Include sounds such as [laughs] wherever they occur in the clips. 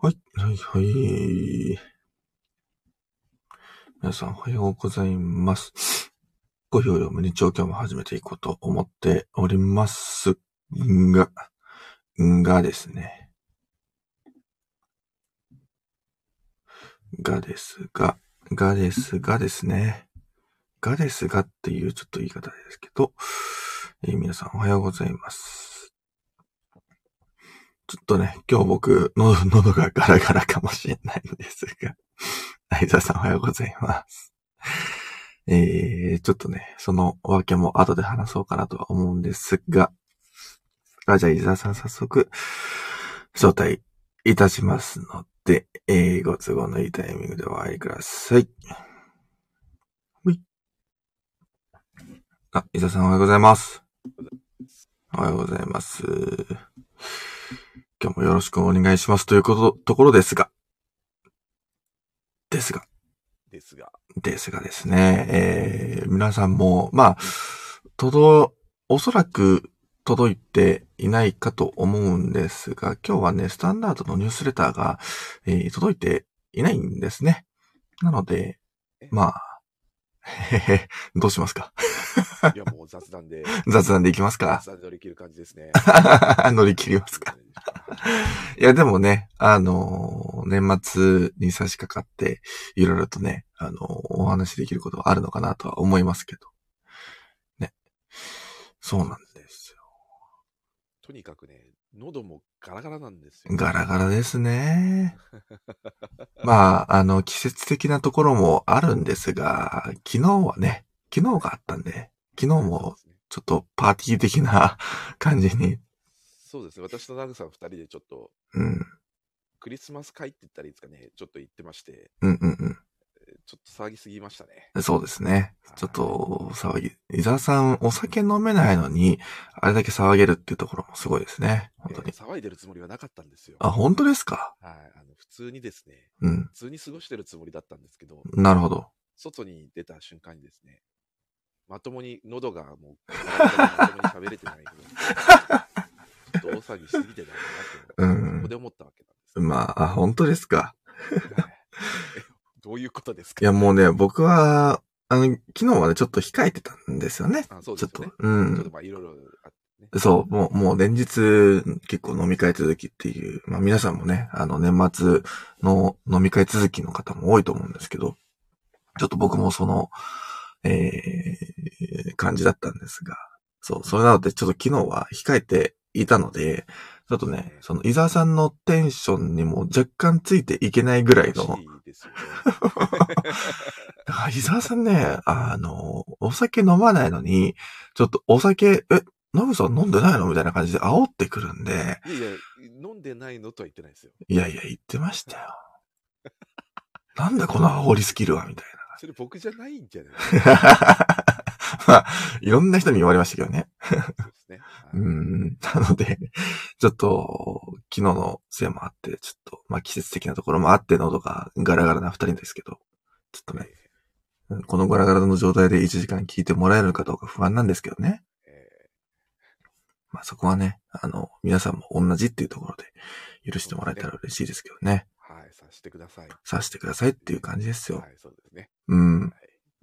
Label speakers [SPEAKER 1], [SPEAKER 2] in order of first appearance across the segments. [SPEAKER 1] はい、はい、はい。皆さんおはようございます。ご評量無日常今日も始めていこうと思っておりますが、がですね。がですが、がですがですね。がですがっていうちょっと言い方ですけど、えー皆さんおはようございます。ちょっとね、今日僕、喉、 [laughs] 喉がガラガラかもしれないんですが、 [laughs] 相沢さんおはようございます。えー、ちょっとね、その訳も後で話そうかなとは思うんですが、あ、じゃあ伊沢さん早速、招待いたしますので、えー、ご都合のいいタイミングでお会いください。ほい。あ、伊沢さんおはようございます。おはようございます。今日もよろしくお願いしますということ、ところですが、ですが、
[SPEAKER 2] で
[SPEAKER 1] [laughs]
[SPEAKER 2] すが。
[SPEAKER 1] ですがですね、えー、皆さんも、まあ、届、おそらく届いていないかと思うんですが、今日はね、スタンダードのニュースレターが、えー届いていないんですね。なので、まあ、へへへ、どうしますか [laughs]
[SPEAKER 2] いや、もう雑談で、
[SPEAKER 1] 雑談でいきますか
[SPEAKER 2] 雑談で乗り切る感じですね。
[SPEAKER 1] [laughs] 乗り切りますかいや、でもね、あのー年末に差し掛かって、いろいろとね、あのーお話しできることはあるのかなとは思いますけど。ね。そうなんです
[SPEAKER 2] とにかくね、喉もガラガラなんですよ。
[SPEAKER 1] よ。ガラガラですね。まあ、あの、季節的なところもあるんですが、昨日はね、昨日があったんで、昨日も
[SPEAKER 2] そうですね。
[SPEAKER 1] ちょっとパーティー的な [laughs] 感じに、
[SPEAKER 2] そうですね。私とナグさん二人でちょっと、
[SPEAKER 1] うん、
[SPEAKER 2] クリスマス会って言ったらいいですかね、ちょっと行ってまして、
[SPEAKER 1] うん、うん、
[SPEAKER 2] えーちょっと騒ぎすぎましたね。
[SPEAKER 1] うん。そうですね。ちょっと騒ぎ、伊沢さんお酒飲めないのに、あれだけ騒げるっていうところもすごいですね。
[SPEAKER 2] え
[SPEAKER 1] 本
[SPEAKER 2] ー、
[SPEAKER 1] 当に。
[SPEAKER 2] 騒いでるつもりはなかったんですよ。
[SPEAKER 1] あ、本当ですか
[SPEAKER 2] はい、あの普通にですね、
[SPEAKER 1] うん。
[SPEAKER 2] 普通に過ごしてるつもりだったんですけど、
[SPEAKER 1] なるほど。
[SPEAKER 2] 外に出た瞬間にですね、まともに喉が
[SPEAKER 1] [laughs]
[SPEAKER 2] もう、まともに喋れてないぐらいちょっと大騒ぎしすぎてないかなと、
[SPEAKER 1] うん
[SPEAKER 2] そこで思ったわけなんです。
[SPEAKER 1] まあ、あ本当ですか。
[SPEAKER 2] はいえどういうことですか
[SPEAKER 1] いや、もうね、僕は、あの、昨日はね、ちょっと控えてたんですよね。
[SPEAKER 2] あそう
[SPEAKER 1] ち
[SPEAKER 2] で
[SPEAKER 1] ょっ
[SPEAKER 2] す
[SPEAKER 1] と
[SPEAKER 2] よね。。
[SPEAKER 1] う
[SPEAKER 2] ちょっと
[SPEAKER 1] ん。
[SPEAKER 2] まあいろいろあってね。
[SPEAKER 1] そう、もう、もう連日、結構飲み会続きっていう、まあ皆さんもね、あの、年末の飲み会続きの方も多いと思うんですけど、ちょっと僕もその、えー、感じだったんですが、そう、それなので、ちょっと昨日は控えていたので、ちょっとね、その、伊沢さんのテンションにも若干ついていけないぐらいの、
[SPEAKER 2] 楽しいですよね。
[SPEAKER 1] だから伊沢さんね、あの、お酒飲まないのに、ちょっとお酒、え、ノブさん飲んでないのみたいな感じで煽ってくるんで、
[SPEAKER 2] いやいや、飲んでないのとは言ってない
[SPEAKER 1] [laughs]
[SPEAKER 2] ですよ。
[SPEAKER 1] いやいや、言ってましたよ。 [laughs] なんだこの煽りスキルはみたい
[SPEAKER 2] それ僕じゃないんじゃない
[SPEAKER 1] な。 [laughs] まあ、いろんな人に言われましたけどね。
[SPEAKER 2] そうですね。
[SPEAKER 1] う
[SPEAKER 2] はい
[SPEAKER 1] ん。なので、ちょっと、昨日のせいもあって、ちょっと、まあ季節的なところもあって、喉がガラガラな二人ですけど、ちょっとね、うんこのガラガラの状態で1時間聞いてもらえるのかどうか不安なんですけどね。
[SPEAKER 2] えー
[SPEAKER 1] まあそこはね、あの、皆さんも同じっていうところで許してもらえたら嬉しいですけどね。
[SPEAKER 2] はい、さしてください。
[SPEAKER 1] さしてくださいっていう感じですよ
[SPEAKER 2] は。い、そうですね。
[SPEAKER 1] うん
[SPEAKER 2] は。い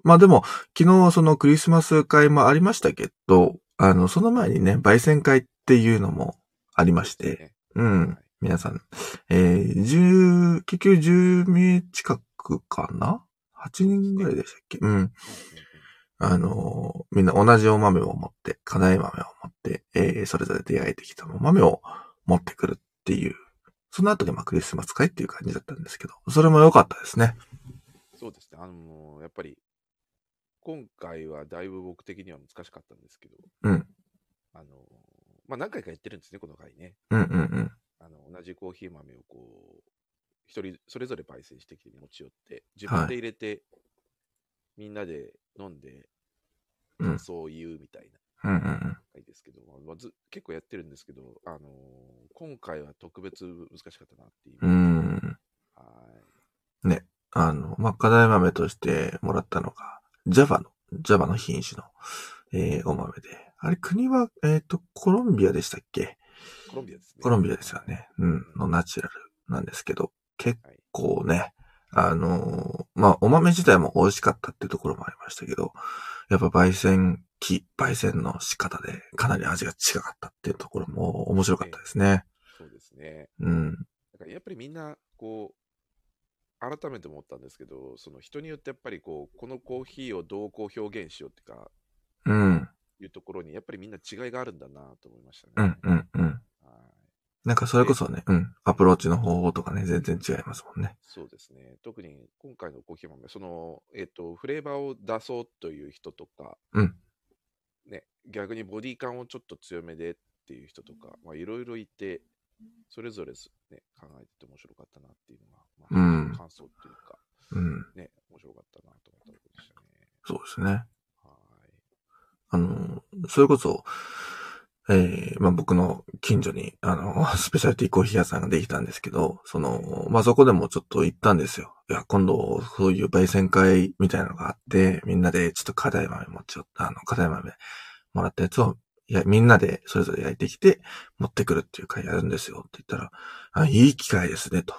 [SPEAKER 1] まあでも、昨日そのクリスマス会もありましたけど、あの、その前にね、焙煎会っていうのもありまし
[SPEAKER 2] そうです
[SPEAKER 1] て、
[SPEAKER 2] ね
[SPEAKER 1] う
[SPEAKER 2] は
[SPEAKER 1] ん
[SPEAKER 2] い。
[SPEAKER 1] 皆さん、えー、十、結局十名近くかな ?8 人ぐらいでしたっけうん。
[SPEAKER 2] うんうんうん
[SPEAKER 1] あのーみんな同じお豆を持って、課題豆を持って、えー、それぞれ出会えてきたお豆を持ってくるっていう、その後でまあクリスマス会っていう感じだったんですけど、それも良かったですね。
[SPEAKER 2] そうですね。あのーやっぱり、今回はだいぶ僕的には難しかったんですけど、
[SPEAKER 1] うん
[SPEAKER 2] あのーまあ何回かやってるんですね、この回ね。
[SPEAKER 1] うんうんうん。
[SPEAKER 2] あの、同じコーヒー豆をこう、一人、それぞれ焙煎してきて持ち寄って、自分で入れて、みんなで飲んで、
[SPEAKER 1] うん
[SPEAKER 2] そう言うみたいな
[SPEAKER 1] うんうんうん。
[SPEAKER 2] 回ですけど、まあ、ず結構やってるんですけど、あのー今回は特別難しかったなっていう。
[SPEAKER 1] うーん。
[SPEAKER 2] はい。
[SPEAKER 1] あの、まあ、課題豆としてもらったのが、Java の、Java の品種の、えー、お豆で。あれ、国は、えっ、と、コロンビアでしたっけ
[SPEAKER 2] コロンビアですね。
[SPEAKER 1] コロンビアですよね。うん、のナチュラルなんですけど、結
[SPEAKER 2] はい。
[SPEAKER 1] 構ね、あのーまあ、お豆自体も美味しかったっていうところもありましたけど、やっぱ焙煎機、焙煎の仕方でかなり味が違かったっていうところも面白かったですね。
[SPEAKER 2] そうですね。
[SPEAKER 1] うん。
[SPEAKER 2] だからやっぱりみんな、こう、改めて思ったんですけど、その人によってやっぱりこう、このコーヒーをどうこう表現しようっていうか、
[SPEAKER 1] うん。
[SPEAKER 2] いうところに、やっぱりみんな違いがあるんだなと思いましたね。
[SPEAKER 1] うん、うん、うん。
[SPEAKER 2] はい
[SPEAKER 1] なんかそれこそね、うん。アプローチの方法とかね、全然違いますもんね。
[SPEAKER 2] そうですね。特に今回のコーヒー豆、その、えっ、と、フレーバーを出そうという人とか、
[SPEAKER 1] うん
[SPEAKER 2] ね、逆にボディ感をちょっと強めでっていう人とか、まあ、いろいろいて、それぞれす、ね、考えてて面白かったなっていうのが、まあ
[SPEAKER 1] うん
[SPEAKER 2] 感想っていうか、
[SPEAKER 1] うん。
[SPEAKER 2] ね、面白かったなと思ったところでしたね。
[SPEAKER 1] そうですね。
[SPEAKER 2] はい。
[SPEAKER 1] あの、それこそ、えーまあ、僕の近所に、あの、 [laughs] スペシャリティコーヒー屋さんができたんですけど、その、まあ、そこでもちょっと行ったんですよ。いや、今度、そういう焙煎会みたいなのがあって、みんなでちょっと課題豆持ち寄った、あの、課題豆もらったやつを、いや、みんなでそれぞれ焼いてきて、持ってくるっていう会やるんですよって言ったら、あいい機会ですね、と。
[SPEAKER 2] う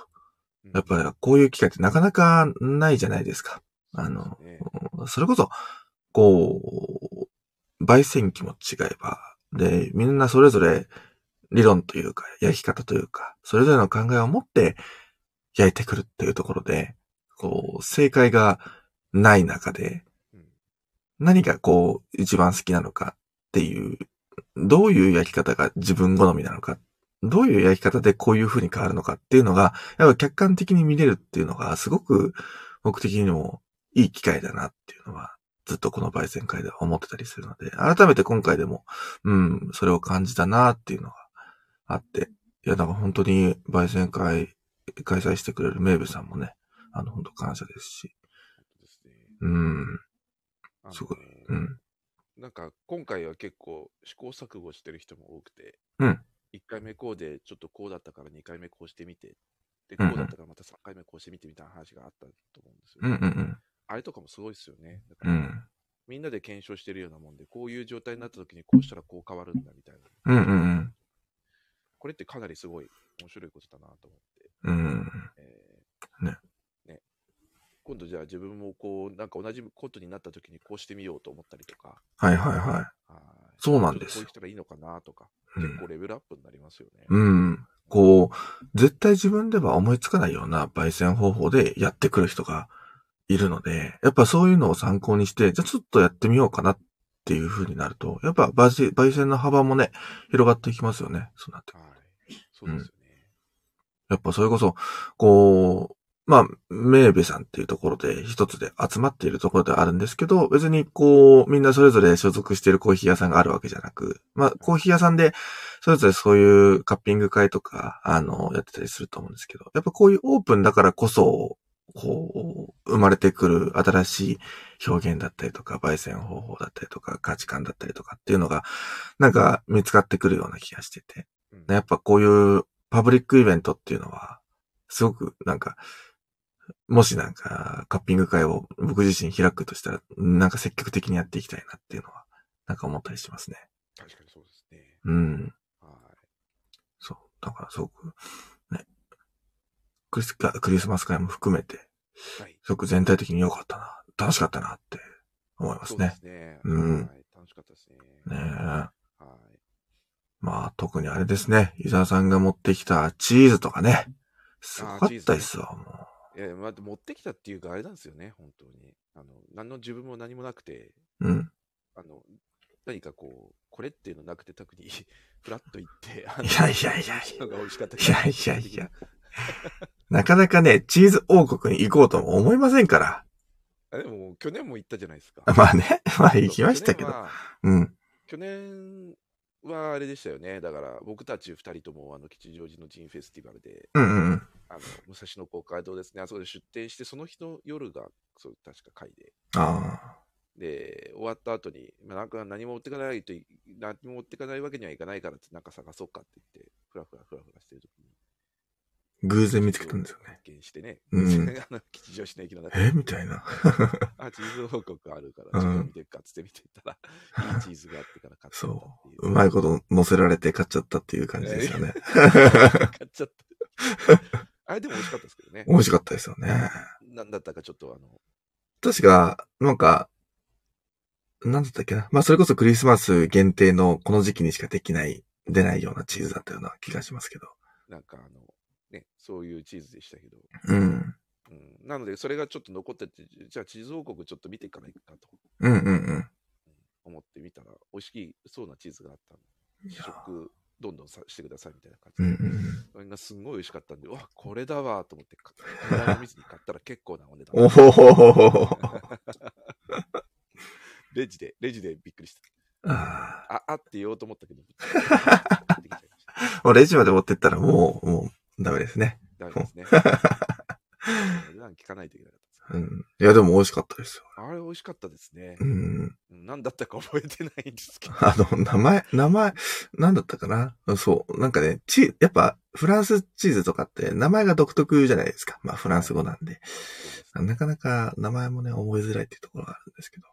[SPEAKER 2] ん
[SPEAKER 1] やっぱり、こういう機会ってなかなかないじゃないですか。あの
[SPEAKER 2] そうですね
[SPEAKER 1] それこそ、こう、焙煎機も違えば、で、みんなそれぞれ理論というか、焼き方というか、それぞれの考えを持って焼いてくるっていうところで、こう、正解がない中で、
[SPEAKER 2] うん
[SPEAKER 1] 何がこう、一番好きなのかっていう、どういう焼き方が自分好みなのか、どういう焼き方でこういう風に変わるのかっていうのが、やっぱ客観的に見れるっていうのが、すごく僕的にもいい機会だなっていうのは、ずっとこの焙煎会では思ってたりするので、改めて今回でも、うん、それを感じたなっていうのがあって、いや、だから本当に焙煎会開催してくれるメイブさんもね、あの、本当感謝ですし、
[SPEAKER 2] 本当ですね。
[SPEAKER 1] うん、
[SPEAKER 2] あの
[SPEAKER 1] すごいうん。
[SPEAKER 2] なんか今回は結構試行錯誤してる人も多くて、
[SPEAKER 1] うん
[SPEAKER 2] 1回目こうでちょっとこうだったから2回目こうしてみて、で、
[SPEAKER 1] うん
[SPEAKER 2] こ
[SPEAKER 1] うん
[SPEAKER 2] うだったからまた3回目こうしてみてみたいな話があったと思うんですよ
[SPEAKER 1] う
[SPEAKER 2] ね、
[SPEAKER 1] んうん
[SPEAKER 2] あれとかもすごいですよね。だか
[SPEAKER 1] う
[SPEAKER 2] ら
[SPEAKER 1] ん。
[SPEAKER 2] みんなで検証してるようなもんで、こういう状態になった時にこうしたらこう変わるんだみたいな。
[SPEAKER 1] うんうんうん
[SPEAKER 2] これってかなりすごい面白いことだなと思って。
[SPEAKER 1] うん。うん。
[SPEAKER 2] え
[SPEAKER 1] ね
[SPEAKER 2] ーね今度じゃあ自分もこう、なんか同じことになった時にこうしてみようと思ったりとか、
[SPEAKER 1] はいはいは
[SPEAKER 2] はい
[SPEAKER 1] そうなんです
[SPEAKER 2] ちょ
[SPEAKER 1] よ
[SPEAKER 2] っとこういう人がいいのかなと
[SPEAKER 1] い。
[SPEAKER 2] か、
[SPEAKER 1] う
[SPEAKER 2] 結
[SPEAKER 1] ん
[SPEAKER 2] 構レベルアップになりますよね。
[SPEAKER 1] うん。こう、絶対自分では思いつかないような焙煎方法でやってくる人がいるので、やっぱそういうのを参考にして、じゃあちょっとやってみようかなっていう風になると、やっぱ焙煎焙煎の幅もね、広がっていきますよね。そうなってくると
[SPEAKER 2] はい。そうですよね。
[SPEAKER 1] やっぱそれこそ、こう、まあ、メーベさんっていうところで一つで集まっているところではあるんですけど、別にこう、みんなそれぞれ所属しているコーヒー屋さんがあるわけじゃなく、まあ、コーヒー屋さんで、それぞれそういうカッピング会とか、あの、やってたりすると思うんですけど、やっぱこういうオープンだからこそ、こう、生まれてくる新しい表現だったりとか、焙煎方法だったりとか、価値観だったりとかっていうのが、なんか見つかってくるような気がしてて、
[SPEAKER 2] うん
[SPEAKER 1] ねやっぱこういうパブリックイベントっていうのは、すごくなんか、もしなんかカッピング会を僕自身開くとしたら、なんか積極的にやっていきたいなっていうのは、なんか思ったりしますね。
[SPEAKER 2] 確かにそうですね。
[SPEAKER 1] うん。
[SPEAKER 2] はい。
[SPEAKER 1] そう。だからすごく、ね。クリスかクリスマス会も含めて、
[SPEAKER 2] はい。
[SPEAKER 1] すごく全体的に良かったな、楽しかったなって思いま
[SPEAKER 2] そ
[SPEAKER 1] す
[SPEAKER 2] うで
[SPEAKER 1] ね。
[SPEAKER 2] すね。
[SPEAKER 1] うん
[SPEAKER 2] はい。楽しかったですね。
[SPEAKER 1] ねえ。
[SPEAKER 2] はい。
[SPEAKER 1] まあ、特にあれですね。伊沢さんが持ってきたチーズとかね。すごかったですわ、もう。
[SPEAKER 2] いや、まあ、持ってきたっていうか、あれなんですよね、本当に。あの、何の自分も何もなくて、
[SPEAKER 1] うん。
[SPEAKER 2] あの、何かこう、これっていうのなくて、特に、 [laughs] フラッと
[SPEAKER 1] [laughs]
[SPEAKER 2] 行って、あ
[SPEAKER 1] い
[SPEAKER 2] の
[SPEAKER 1] やいやいやいや。
[SPEAKER 2] のが美味しかった
[SPEAKER 1] いやいやいや。なかなかね、チーズ王国に行こうとも思いませんから。 [laughs]
[SPEAKER 2] あでも、去年も行ったじゃないですか。
[SPEAKER 1] まあ [laughs] ね、まあ行きましたけ
[SPEAKER 2] 去
[SPEAKER 1] ど。
[SPEAKER 2] 年は
[SPEAKER 1] うん。
[SPEAKER 2] 去年はあれでしたよね。だから、僕たち二人とも、あの、吉祥寺のジンフェスティバルで、
[SPEAKER 1] うんうんうん。
[SPEAKER 2] あの、武蔵野公会堂ですね。あそこで出店して、その日の夜が、そう、確か会で。
[SPEAKER 1] あ
[SPEAKER 2] で、終わった後に、まあ、なんか何も持ってかないとい、何も持ってかないわけにはいかないからって、なんか探そうかって言って、ふらふらふらふらしてる時に。
[SPEAKER 1] あ、偶然見つけたんですよね。
[SPEAKER 2] 発見してね。
[SPEAKER 1] うん
[SPEAKER 2] [laughs] あの吉祥寺の駅の中で
[SPEAKER 1] えみたいな。 [laughs]
[SPEAKER 2] あ、チーズ報告あるか
[SPEAKER 1] う
[SPEAKER 2] ら、
[SPEAKER 1] ん
[SPEAKER 2] ちょっと見てるかっつって見てたら、
[SPEAKER 1] [laughs]
[SPEAKER 2] いいチーズがあってから買っちゃったっていう。
[SPEAKER 1] う
[SPEAKER 2] [laughs]
[SPEAKER 1] まい [laughs] こと乗せられて買っちゃったっていう感じですよね。
[SPEAKER 2] 買っちゃった。 [laughs] あれでも美味しかったですけど
[SPEAKER 1] [laughs]
[SPEAKER 2] ね。
[SPEAKER 1] 美味しかったですよね。
[SPEAKER 2] なんだったかちょっとあの、
[SPEAKER 1] 確か、なんか、なんだったっけな。まあ、それこそクリスマス限定のこの時期にしかできない、出ないようなチーズだったような気がしますけど。
[SPEAKER 2] なんかあの、ね、そういうチーズでしたけど。
[SPEAKER 1] うん。
[SPEAKER 2] うん、なので、それがちょっと残ってて、じゃあチーズ王国ちょっと見ていかないかと
[SPEAKER 1] うんうんうん。
[SPEAKER 2] 思ってみたら、美味しそうなチーズがあったんで、
[SPEAKER 1] い
[SPEAKER 2] 試
[SPEAKER 1] や
[SPEAKER 2] 食どんどんさしてくださいみたいな感
[SPEAKER 1] う
[SPEAKER 2] じ
[SPEAKER 1] ん
[SPEAKER 2] で。
[SPEAKER 1] うん。
[SPEAKER 2] それがすんごい美味しかったんで、うわ、これだわと思って、か値段見ずに買ったら結構なお値段。
[SPEAKER 1] おほほほほほ。
[SPEAKER 2] レジで、レジでびっくりし
[SPEAKER 1] あ
[SPEAKER 2] た。あ、あって言おうと思っ
[SPEAKER 1] [laughs]
[SPEAKER 2] たけど、できちゃいました
[SPEAKER 1] あ。もうレジまで持ってったらもう、もう、ダメですね。
[SPEAKER 2] ダメですね。値段聞かないといけなかったです。
[SPEAKER 1] うん。いや、でも美味しかったですよ。
[SPEAKER 2] あれ美味しかったですね。
[SPEAKER 1] うん。
[SPEAKER 2] うん何だったか覚えてないんですけど。
[SPEAKER 1] あの、名前、名前、なんだったかなうんそう。なんかね、チやっぱ、フランスチーズとかって名前が独特じゃないですか。まあ、フランス語なんで。なかなか名前もね、覚えづらいっていうところがあるんですけど。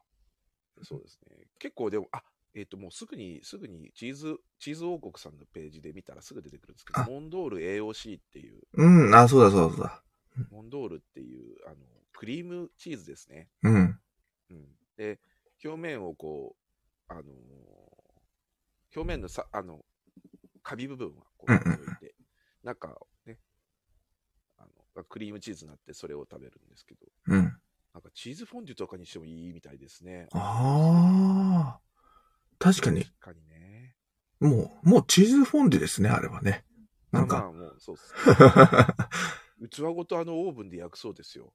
[SPEAKER 2] そうですね。結構でも、あえっ、と、もうすぐに、すぐにチーズ、チーズ王国さんのページで見たらすぐ出てくるんですけど
[SPEAKER 1] あ、
[SPEAKER 2] モンドール AOC っていう、
[SPEAKER 1] うん、あ、そうだそうだそうだ。
[SPEAKER 2] モンドールっていう、あの、クリームチーズですね。
[SPEAKER 1] うん。
[SPEAKER 2] うん、で、表面をこう、あのー表面のさ、あの、カビ部分はこう
[SPEAKER 1] うん
[SPEAKER 2] 除
[SPEAKER 1] う
[SPEAKER 2] い
[SPEAKER 1] んうん
[SPEAKER 2] て、中をね、あの、クリームチーズになってそれを食べるんですけど、
[SPEAKER 1] うん。
[SPEAKER 2] なんかチーズフォンデュとかにしてもいいみたいですね。
[SPEAKER 1] ああ。確かに、
[SPEAKER 2] 確かにね。
[SPEAKER 1] もう、もうチーズフォンデュですね、あれはね。なん
[SPEAKER 2] まあま
[SPEAKER 1] か。
[SPEAKER 2] あもうそうっす
[SPEAKER 1] [laughs]
[SPEAKER 2] ね器ごとあのオーブンで焼くそうですよ。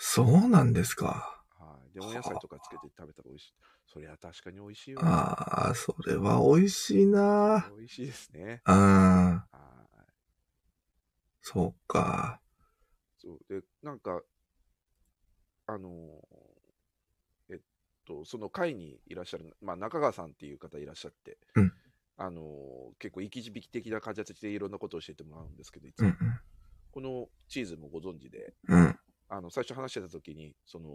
[SPEAKER 1] そうなんですか。
[SPEAKER 2] はい。で、温野菜とかつけて食べたら美味しい。そりゃ確かに美味しいわ。
[SPEAKER 1] ああ、それは美味しいな。
[SPEAKER 2] 美味しいですね。
[SPEAKER 1] うん。
[SPEAKER 2] はい。
[SPEAKER 1] そうか。
[SPEAKER 2] そう。で、なんか、あのーえっと、その会にいらっしゃる、まあ、中川さんっていう方いらっしゃって、
[SPEAKER 1] うん
[SPEAKER 2] あのー結構生き字引的な形でいろんなことを教えてもらうんですけど、いつ
[SPEAKER 1] う
[SPEAKER 2] も
[SPEAKER 1] ん
[SPEAKER 2] このチーズもご存知で、
[SPEAKER 1] うん。うん。
[SPEAKER 2] あの最初話してた時にその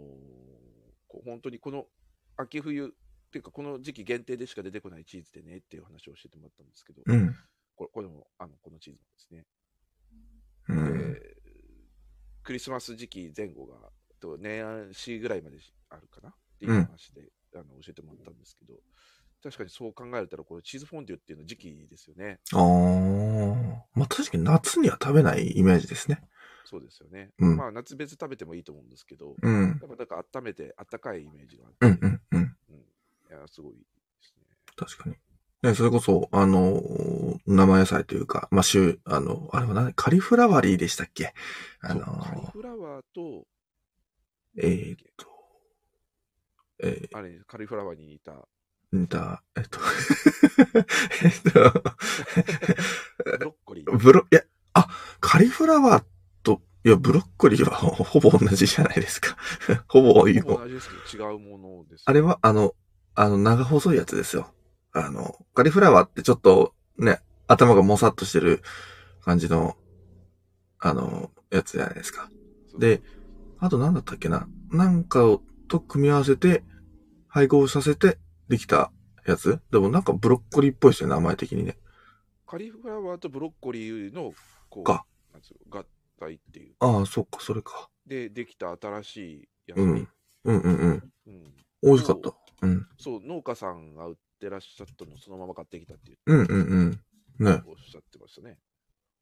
[SPEAKER 2] こう本当にこの秋冬っていうかこの時期限定でしか出てこないチーズでねっていう話を教えてもらったんですけど、
[SPEAKER 1] うん。
[SPEAKER 2] これこれもあのこのチーズなんですね、
[SPEAKER 1] うん。
[SPEAKER 2] でクリスマス時期前後がと年始ぐらいまであるかなっていう話で、あの教えてもらったんですけど確かにそう考えるたらこれチーズフォンデュっていうの時期ですよね
[SPEAKER 1] ああ。まあ確かに夏には食べないイメージですね。
[SPEAKER 2] そうですよね、
[SPEAKER 1] うん
[SPEAKER 2] まあ夏別に食べてもいいと思うんですけど
[SPEAKER 1] うん。
[SPEAKER 2] やっぱなんか温めて温かいイメージがあって、
[SPEAKER 1] うんうんうん。
[SPEAKER 2] うんいやすごいですね
[SPEAKER 1] 確かに。ね、それこそ、あのー生野菜というか、まあ、週、あの、あれは何カリフラワリーでしたっけあ
[SPEAKER 2] そう
[SPEAKER 1] の
[SPEAKER 2] カリ
[SPEAKER 1] ー
[SPEAKER 2] フラワーと、
[SPEAKER 1] えーっと、えー、
[SPEAKER 2] あれ、カリフラワーに似た、
[SPEAKER 1] うんだ、えっと、 [laughs] えっと、
[SPEAKER 2] ブロッコリ
[SPEAKER 1] [laughs]
[SPEAKER 2] ー。
[SPEAKER 1] ブロ、いや、あ、カリフラワーと、いや、ブロッコリーは [laughs] ほぼ同じじゃないですか。 [laughs] ほぼいい
[SPEAKER 2] ほぼ
[SPEAKER 1] 方。
[SPEAKER 2] 同じですけど、違うものです。
[SPEAKER 1] あれは、あの、あの、長細いやつですよ。あの、カリフラワーってちょっと、ね、頭がもさっとしてる感じの、あの、やつじゃないですか。
[SPEAKER 2] そう
[SPEAKER 1] で、あと何だったっけななんかをと組み合わせて、配合させてできたやつでもなんかブロッコリーっぽいですよね、名前的にね。
[SPEAKER 2] カリフラワーとブロッコリーの、こう、
[SPEAKER 1] が
[SPEAKER 2] なんつうの合体っていう。
[SPEAKER 1] ああ、そっか、それか。
[SPEAKER 2] で、できた新しい野菜。
[SPEAKER 1] うん。うんうんうん。
[SPEAKER 2] うん
[SPEAKER 1] 美味しかった。うん。
[SPEAKER 2] そう、農家さんが売ってらっしゃったのをそのまま買ってきたっていう、
[SPEAKER 1] うんうんうん。ね。
[SPEAKER 2] おっしゃってましたね。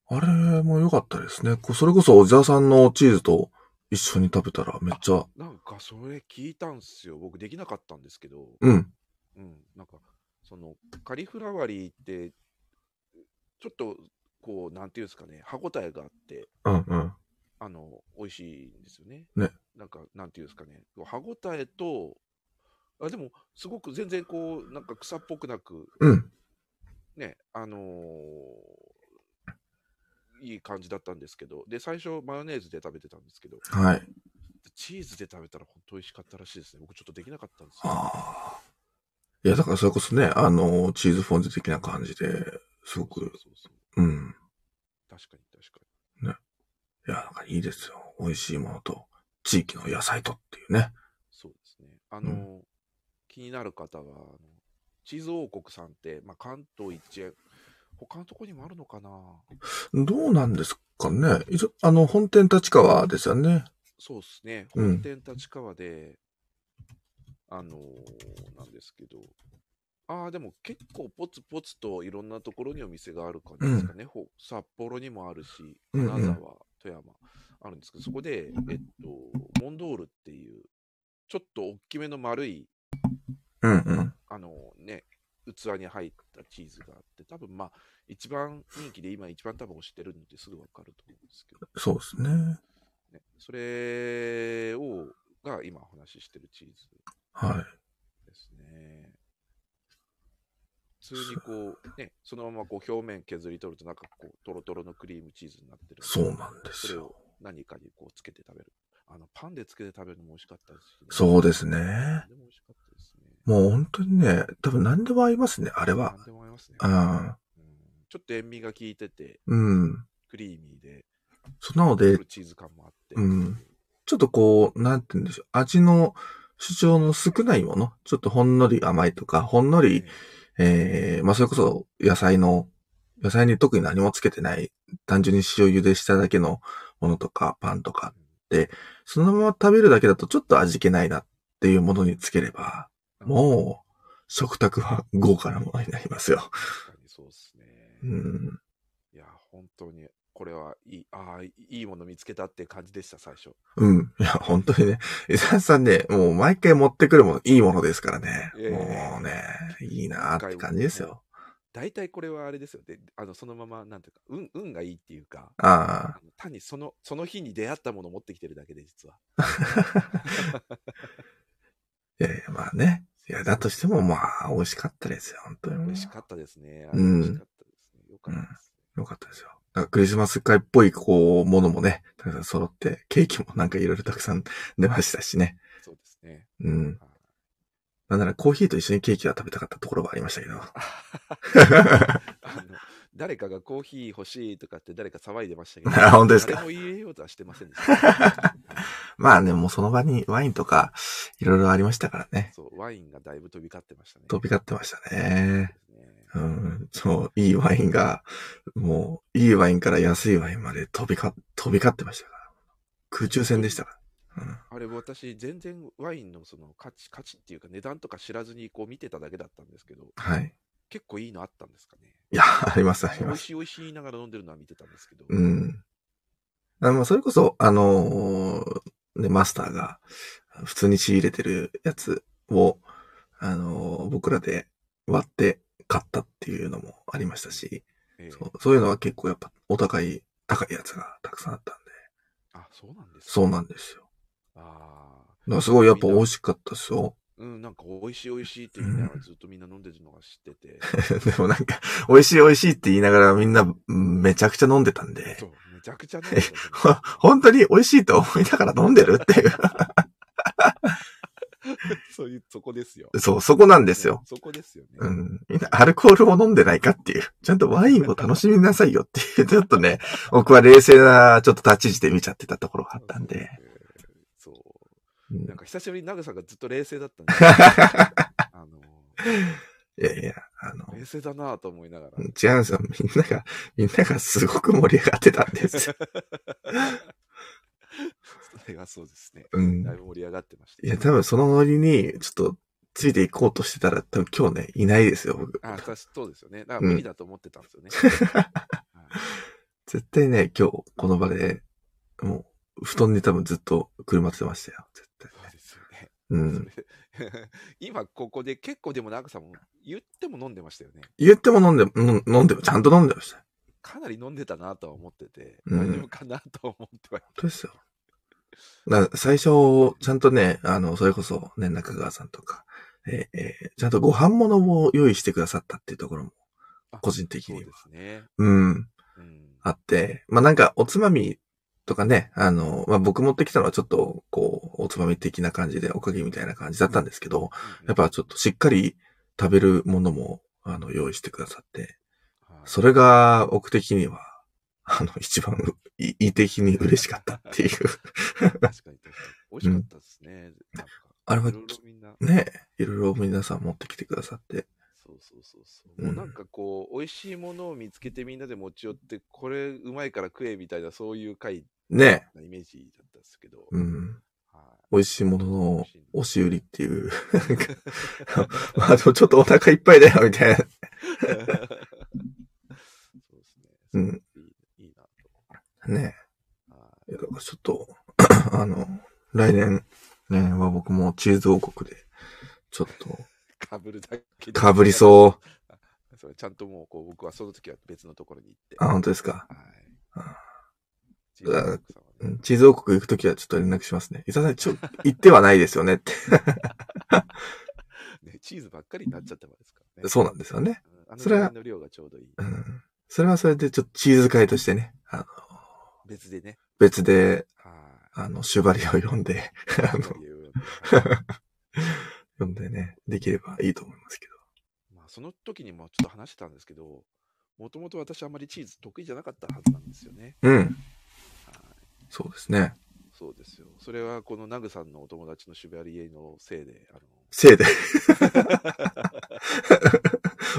[SPEAKER 1] あれも良かったですね。こうそれこそ、おじゃさんのチーズと一緒に食べたらめっちゃ、
[SPEAKER 2] なんか、それ聞いたんすよ。僕、できなかったんですけど。
[SPEAKER 1] うん。
[SPEAKER 2] うん、なんかそのカリフラワリーってちょっとこうなんていうんですかね歯ごたえがあって
[SPEAKER 1] うんうん。
[SPEAKER 2] あの美味しいんですよね。
[SPEAKER 1] ね
[SPEAKER 2] なんかなんていうんですかね歯ごたえとあでもすごく全然こうなんか草っぽくなく
[SPEAKER 1] うん。
[SPEAKER 2] ねあのーいい感じだったんですけどで最初マヨネーズで食べてたんですけど
[SPEAKER 1] はい。
[SPEAKER 2] チーズで食べたら本当美味しかったらしいですね僕ちょっとできなかったんですよ。
[SPEAKER 1] ああ。いや、だからそれこそね、あの、チーズフォンデュ的な感じで、すご
[SPEAKER 2] そう
[SPEAKER 1] く、
[SPEAKER 2] そうそう
[SPEAKER 1] うん。
[SPEAKER 2] 確かに確かに
[SPEAKER 1] いや、なんかいいですよ。美味しいものと、地域の野菜とっていうね。
[SPEAKER 2] そうですね。あの、気になる方は、あの地図王国さんって、まあ、関東一円、他のところにもあるのかな
[SPEAKER 1] どうなんですかね。いつあの、本店立川ですよね。
[SPEAKER 2] そうですね。
[SPEAKER 1] うん
[SPEAKER 2] 本店立川で、あのーなんですけど、ああ、でも結構ポツポツといろんなところにお店がある感じですかね。ほ札幌にもあるし、
[SPEAKER 1] うんう
[SPEAKER 2] 金
[SPEAKER 1] ん
[SPEAKER 2] 沢、富山あるんですけど、そこで、えっと、モンドールっていう、ちょっと大きめの丸い、
[SPEAKER 1] うんうん。
[SPEAKER 2] あのーね、器に入ったチーズがあって、多分まあ、一番人気で今一番多分推してるのですぐわかると思うんですけど。
[SPEAKER 1] そうですね。
[SPEAKER 2] ね、それをが今お話ししてるチーズ
[SPEAKER 1] は
[SPEAKER 2] ですね。普通にこう、ね、そのままこう表面削り取ると、なんかこう、トロトロのクリームチーズになってる
[SPEAKER 1] い。そうなんです
[SPEAKER 2] それ
[SPEAKER 1] よ
[SPEAKER 2] を。何かにこうつけて食べる。あの、パンでつけて食べるのも美味しかったですし、ね
[SPEAKER 1] そうですね。
[SPEAKER 2] でも美味しかったですね。
[SPEAKER 1] もう本当にね、多分何でも合いますね、あれは。
[SPEAKER 2] 何でも合いますね。
[SPEAKER 1] うん。
[SPEAKER 2] うんちょっと塩味が効いてて、
[SPEAKER 1] うん。
[SPEAKER 2] クリーミーで、
[SPEAKER 1] そうなの
[SPEAKER 2] ト
[SPEAKER 1] で、
[SPEAKER 2] ロチーズ感もあって。
[SPEAKER 1] うんちょっとこう、なんて言うんでしょう。味の主張の少ないもの。ちょっとほんのり甘いとか、ほんのり
[SPEAKER 2] ね、
[SPEAKER 1] えー、まあ、それこそ野菜の、野菜に特に何もつけてない、単純に塩茹でしただけのものとか、パンとか、そのまま食べるだけだとちょっと味気ないなっていうものにつければ、
[SPEAKER 2] うん
[SPEAKER 1] もう、食卓は豪華なものになりますよ。
[SPEAKER 2] 確かにそうですね。
[SPEAKER 1] うん。
[SPEAKER 2] いや、本当に、これはいい、ああ、いいもの見つけたって感じでした、最初。
[SPEAKER 1] うん。いや、本当にね。伊沢さんね、もう毎回持ってくるもの、いいものですからね。
[SPEAKER 2] いやいやいや
[SPEAKER 1] もうね、いいなーって感じですよ。
[SPEAKER 2] 大体これはあれですよね。あの、そのまま、なんていうか、運、運がいいっていうか、
[SPEAKER 1] あ
[SPEAKER 2] あの単にその、その日に出会ったものを持ってきてるだけで、実は。
[SPEAKER 1] あ。いやいや、まあね。いや、だとしてもまあ、美味しかったですよ。本当に。
[SPEAKER 2] 嬉しかったですね。あれ
[SPEAKER 1] うん
[SPEAKER 2] 美味しかったですね。よかったです
[SPEAKER 1] よかったですよ。なんかクリスマス会っぽい、こう、ものもね、たくさん揃って、ケーキもなんかいろいろたくさん出ましたしね。
[SPEAKER 2] ね。そうですね。
[SPEAKER 1] うん。
[SPEAKER 2] はい
[SPEAKER 1] なんならコーヒーと一緒にケーキが食べたかったところはありましたけど。
[SPEAKER 2] [laughs] あの、誰かがコーヒー欲しいとかって誰か騒いでましたけど。
[SPEAKER 1] あ [laughs] 本当ですか
[SPEAKER 2] 誰も言えようとはしてません
[SPEAKER 1] [laughs]
[SPEAKER 2] でした。
[SPEAKER 1] まあね、もうその場にワインとか、いろいろありましたからね。
[SPEAKER 2] そう、ワインがだいぶ飛び交ってましたね。
[SPEAKER 1] 飛び交ってましたね。
[SPEAKER 2] ね
[SPEAKER 1] うん、そう、いいワインが、もう、いいワインから安いワインまで飛びか、飛び交ってましたから。空中戦でしたから。うん。
[SPEAKER 2] あれ私全然ワインのその価値価値っていうか値段とか知らずにこう見てただけだったんですけど
[SPEAKER 1] はい。
[SPEAKER 2] 結構いいのあったんですかね
[SPEAKER 1] いや、 [laughs] あります、あり
[SPEAKER 2] 美
[SPEAKER 1] ま
[SPEAKER 2] 味
[SPEAKER 1] す。
[SPEAKER 2] しい美味しい言いながら飲んでるのは見てたんですけど、
[SPEAKER 1] うん。あまあ、それこそ、あのーね、マスターが、普通に仕入れてるやつを、あのー僕らで割って買ったっていうのもありましたし、
[SPEAKER 2] ええ
[SPEAKER 1] そうそういうのは結構やっぱお高い、高いやつがたくさんあったんで、
[SPEAKER 2] あそうなんですか
[SPEAKER 1] そうなんですよ。
[SPEAKER 2] ああ
[SPEAKER 1] だからすごいやっぱ美味しかったですよ。
[SPEAKER 2] うんなんか美味しい美味しいって言いながらずっとみんな飲んでるのが知っ
[SPEAKER 1] [laughs]
[SPEAKER 2] てて
[SPEAKER 1] でもなんか、美味しい美味しいって言いながらみんなうんめちゃくちゃ飲んでたんで [laughs]
[SPEAKER 2] そ、うめちゃくちゃ飲んでた
[SPEAKER 1] ほ本当に美味しいと思いながら飲んでるっていう。 [laughs]
[SPEAKER 2] そういうそこですよ
[SPEAKER 1] そう、そこなんですよ
[SPEAKER 2] ね。そこですよね、
[SPEAKER 1] うん。みんなアルコールを飲んでないかっていう。ちゃんとワインを楽しみなさいよっていう。 [laughs] ちょっとね、僕は冷静なちょっと立ち位置で見ちゃってたところがあったんで。
[SPEAKER 2] ええそう
[SPEAKER 1] うん
[SPEAKER 2] なんか久しぶりにナグさんがずっと冷静
[SPEAKER 1] [laughs]
[SPEAKER 2] だったんであの
[SPEAKER 1] いやいや、あの、
[SPEAKER 2] 冷静だなぁと思いながら
[SPEAKER 1] 違うんですよ。みんなが、みんながすごく盛り上がってたん
[SPEAKER 2] [laughs]
[SPEAKER 1] ですよ。
[SPEAKER 2] それがそうですね。
[SPEAKER 1] うん
[SPEAKER 2] だい。ぶ盛り上がってました。
[SPEAKER 1] いや、多分そのノリに、ちょっと、ついていこうとしてたら、多分今日ね、いないですよ、僕。
[SPEAKER 2] あ、確かそうですよね。だか
[SPEAKER 1] うん
[SPEAKER 2] ら無理だと思ってたんですよね。
[SPEAKER 1] 絶対ね、今日、この場で、もう、布団に多分ずっとくるまってましたよ、絶対。
[SPEAKER 2] そうですよね。
[SPEAKER 1] うん。
[SPEAKER 2] それ [laughs] 今ここで結構でもなんかさんも言っても飲んでましたよね。
[SPEAKER 1] 言っても飲んでも、うん飲んでも、ちゃんと飲んでました。
[SPEAKER 2] かなり飲んでたなとは思ってて、
[SPEAKER 1] うん
[SPEAKER 2] 大丈夫かなとは思っては。
[SPEAKER 1] 本当ですよ。な最初、ちゃんとね、あの、それこそ、ね、中川さんとか、えーえーちゃんとご飯物を用意してくださったっていうところも、
[SPEAKER 2] あ
[SPEAKER 1] 個人的
[SPEAKER 2] そう
[SPEAKER 1] に
[SPEAKER 2] で
[SPEAKER 1] は。
[SPEAKER 2] すね。
[SPEAKER 1] うん。
[SPEAKER 2] うん。
[SPEAKER 1] あって、まあなんかおつまみとかね、あの、まあ僕持ってきたのはちょっとこう、おつまみ的な感じでおかげみたいな感じだったんですけど、
[SPEAKER 2] うん
[SPEAKER 1] やっ、ぱちょっとしっかり食べるものも、あの、用意してくださって、
[SPEAKER 2] はい
[SPEAKER 1] それが僕的には、あの、一番いい的に嬉しかったっていう。 [laughs]
[SPEAKER 2] 確かに確かに。美味しかったですね。なんか
[SPEAKER 1] あれはい
[SPEAKER 2] ろいろみんな。
[SPEAKER 1] ね、いろいろ皆さん持ってきてくださって。
[SPEAKER 2] そうそうそうそうう。
[SPEAKER 1] ん
[SPEAKER 2] もうなんかこう、美味しいものを見つけてみんなで持ち寄って、これうまいから食えみたいな、そういう回
[SPEAKER 1] ね
[SPEAKER 2] なイメージだったんですけど。
[SPEAKER 1] うん。
[SPEAKER 2] は
[SPEAKER 1] 美味しいもの
[SPEAKER 2] 美
[SPEAKER 1] の
[SPEAKER 2] 味しいの
[SPEAKER 1] 押し売りっていう。 [laughs]
[SPEAKER 2] [laughs]
[SPEAKER 1] まあ、でもちょっとお腹いっぱいだよ、みたいな。
[SPEAKER 2] そうです
[SPEAKER 1] う
[SPEAKER 2] ね。
[SPEAKER 1] ん
[SPEAKER 2] いい。いいな
[SPEAKER 1] ね
[SPEAKER 2] と。は
[SPEAKER 1] え。いやだからちょっと、 [clears throat] あの、来年、来年は僕もチーズ王国で、ちょっと、
[SPEAKER 2] い。かぶるだけで。
[SPEAKER 1] かぶりそう
[SPEAKER 2] それちゃんともうこう、僕はその時は別のところに行って。
[SPEAKER 1] う。あ、本当ですか。
[SPEAKER 2] はい
[SPEAKER 1] あ。
[SPEAKER 2] ジーザスさんはね
[SPEAKER 1] うんチーズ王国行くときはちょっと連絡しますね。伊沢さん、ちょ、行ってはないですよねって。 [laughs]
[SPEAKER 2] ね、チーズばっかりになっちゃったからですからね。
[SPEAKER 1] そうなんですよね。
[SPEAKER 2] うんあの
[SPEAKER 1] それは
[SPEAKER 2] ぐらいの量がちょうどいい。
[SPEAKER 1] うん。それはそれで、ちょっとチーズ会としてね、あの、
[SPEAKER 2] 別でね。
[SPEAKER 1] 別で、
[SPEAKER 2] はい。
[SPEAKER 1] あの、縛りを読んで、 [laughs] あの、
[SPEAKER 2] というはい
[SPEAKER 1] 読んでね、できればいいと思いますけど。
[SPEAKER 2] まあ、その時にもちょっと話してたんですけど、もともと私あんまりチーズ得意じゃなかったはずなんですよね。
[SPEAKER 1] うん。
[SPEAKER 2] はい。
[SPEAKER 1] そうですね。
[SPEAKER 2] そうですよ。それはこのナグさんのお友達のシュバリエのせいで、あの、 [laughs]
[SPEAKER 1] せいで。 [laughs]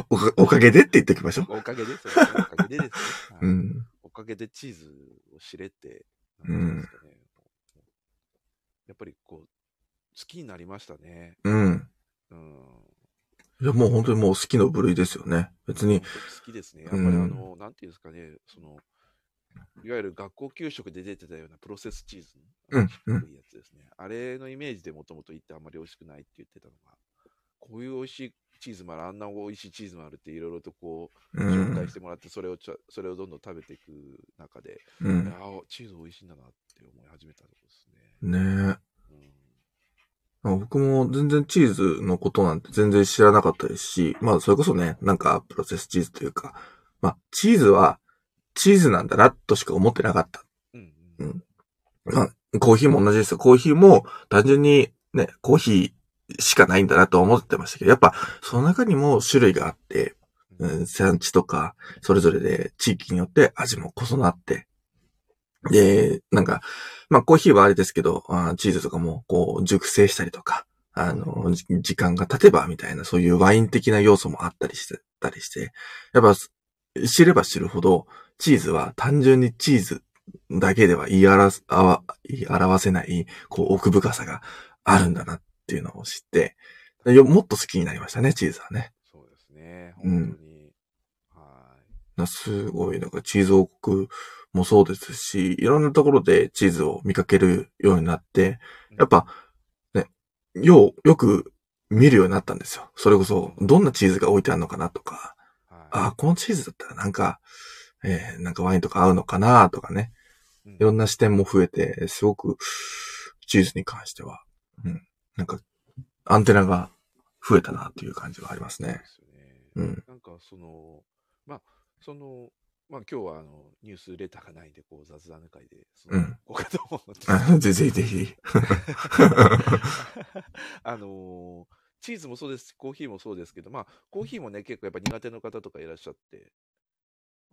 [SPEAKER 1] おかおかげでって言っておきましょう。
[SPEAKER 2] おかげで、それはおかげでですね。
[SPEAKER 1] う
[SPEAKER 2] はい
[SPEAKER 1] ん。
[SPEAKER 2] おかげでチーズを知れて、
[SPEAKER 1] うん
[SPEAKER 2] なんていうんですかねやっぱりこう、好きになりましたね。
[SPEAKER 1] うん。
[SPEAKER 2] うん。
[SPEAKER 1] いや、もう本当にもう好きの部類ですよね。別に
[SPEAKER 2] 本、当好きですね。やっ
[SPEAKER 1] う
[SPEAKER 2] ぱり
[SPEAKER 1] ん
[SPEAKER 2] あの、なんていうんですかね、その、いわゆる学校給食で出てたようなプロセスチーズ、
[SPEAKER 1] うんうん
[SPEAKER 2] 低いやつですね。あれのイメージでもともと言ってあんまり美味しくないって言ってたのが、こういう美味しいチーズもある、あんな美味しいチーズもあるっていろいろとこ
[SPEAKER 1] う
[SPEAKER 2] う、紹介
[SPEAKER 1] ん
[SPEAKER 2] し。てもらって、それをちょそれをどんどん食べていく中で、
[SPEAKER 1] う
[SPEAKER 2] いや
[SPEAKER 1] ん。
[SPEAKER 2] ーチーズ美味しいんだなって思い始めたとこですね。
[SPEAKER 1] ねえ。
[SPEAKER 2] うん
[SPEAKER 1] 僕も全然チーズのことなんて全然知らなかったですし、まあそれこそね、なんかプロセスチーズというか、まあチーズはチーズなんだなとしか思ってなかった。
[SPEAKER 2] うん
[SPEAKER 1] う
[SPEAKER 2] うん
[SPEAKER 1] んまあコーヒーも同じですよ。コーヒーも単純にね、コーヒーしかないんだなと思ってましたけど、やっぱその中にも種類があって、
[SPEAKER 2] うん
[SPEAKER 1] うん、産地とか、それぞれで地域によって味も異なって、で、なんか、まあコーヒーはあれですけど、あーチーズとかもこう熟成したりとか、あの、じ時間が経てばみたいな、そういうワイン的な要素もあったりして、たりして、やっぱす知れば知るほど、チーズは単純にチーズだけでは言い表す、あわ言い表せない、こう奥深さがあるんだなっていうのを知って、よもっと好きになりましたね、チーズはね。
[SPEAKER 2] そうですね、
[SPEAKER 1] う
[SPEAKER 2] 本
[SPEAKER 1] ん
[SPEAKER 2] 当に。は
[SPEAKER 1] なすごい、なんかチーズ王国もそうですし、いろんなところでチーズを見かけるようになって、
[SPEAKER 2] い。
[SPEAKER 1] やっぱ、ね、よう、よく見るようになったんですよ。それこそ、どんなチーズが置いてあるのかなとか、
[SPEAKER 2] はい、
[SPEAKER 1] あーこのチーズだったらなんか、えーなんかワインとか合うのかなとかね、
[SPEAKER 2] うん、
[SPEAKER 1] いろんな視点も増えて、すごく、チーズに関しては、うん、なんか、アンテナが増えたなという感じはあります
[SPEAKER 2] そう
[SPEAKER 1] ね
[SPEAKER 2] で。すよね。
[SPEAKER 1] うん。
[SPEAKER 2] なんかその、まあ、その、まあ今日はあのニュースレターがないんで、こう雑談会で、その
[SPEAKER 1] うん
[SPEAKER 2] こうかと思うんですけど
[SPEAKER 1] [laughs] あぜひぜひぜひ。
[SPEAKER 2] あのーチーズもそうですし、コーヒーもそうですけど、まあ、コーヒーもね、結構やっぱ苦手の方とかいらっしゃって、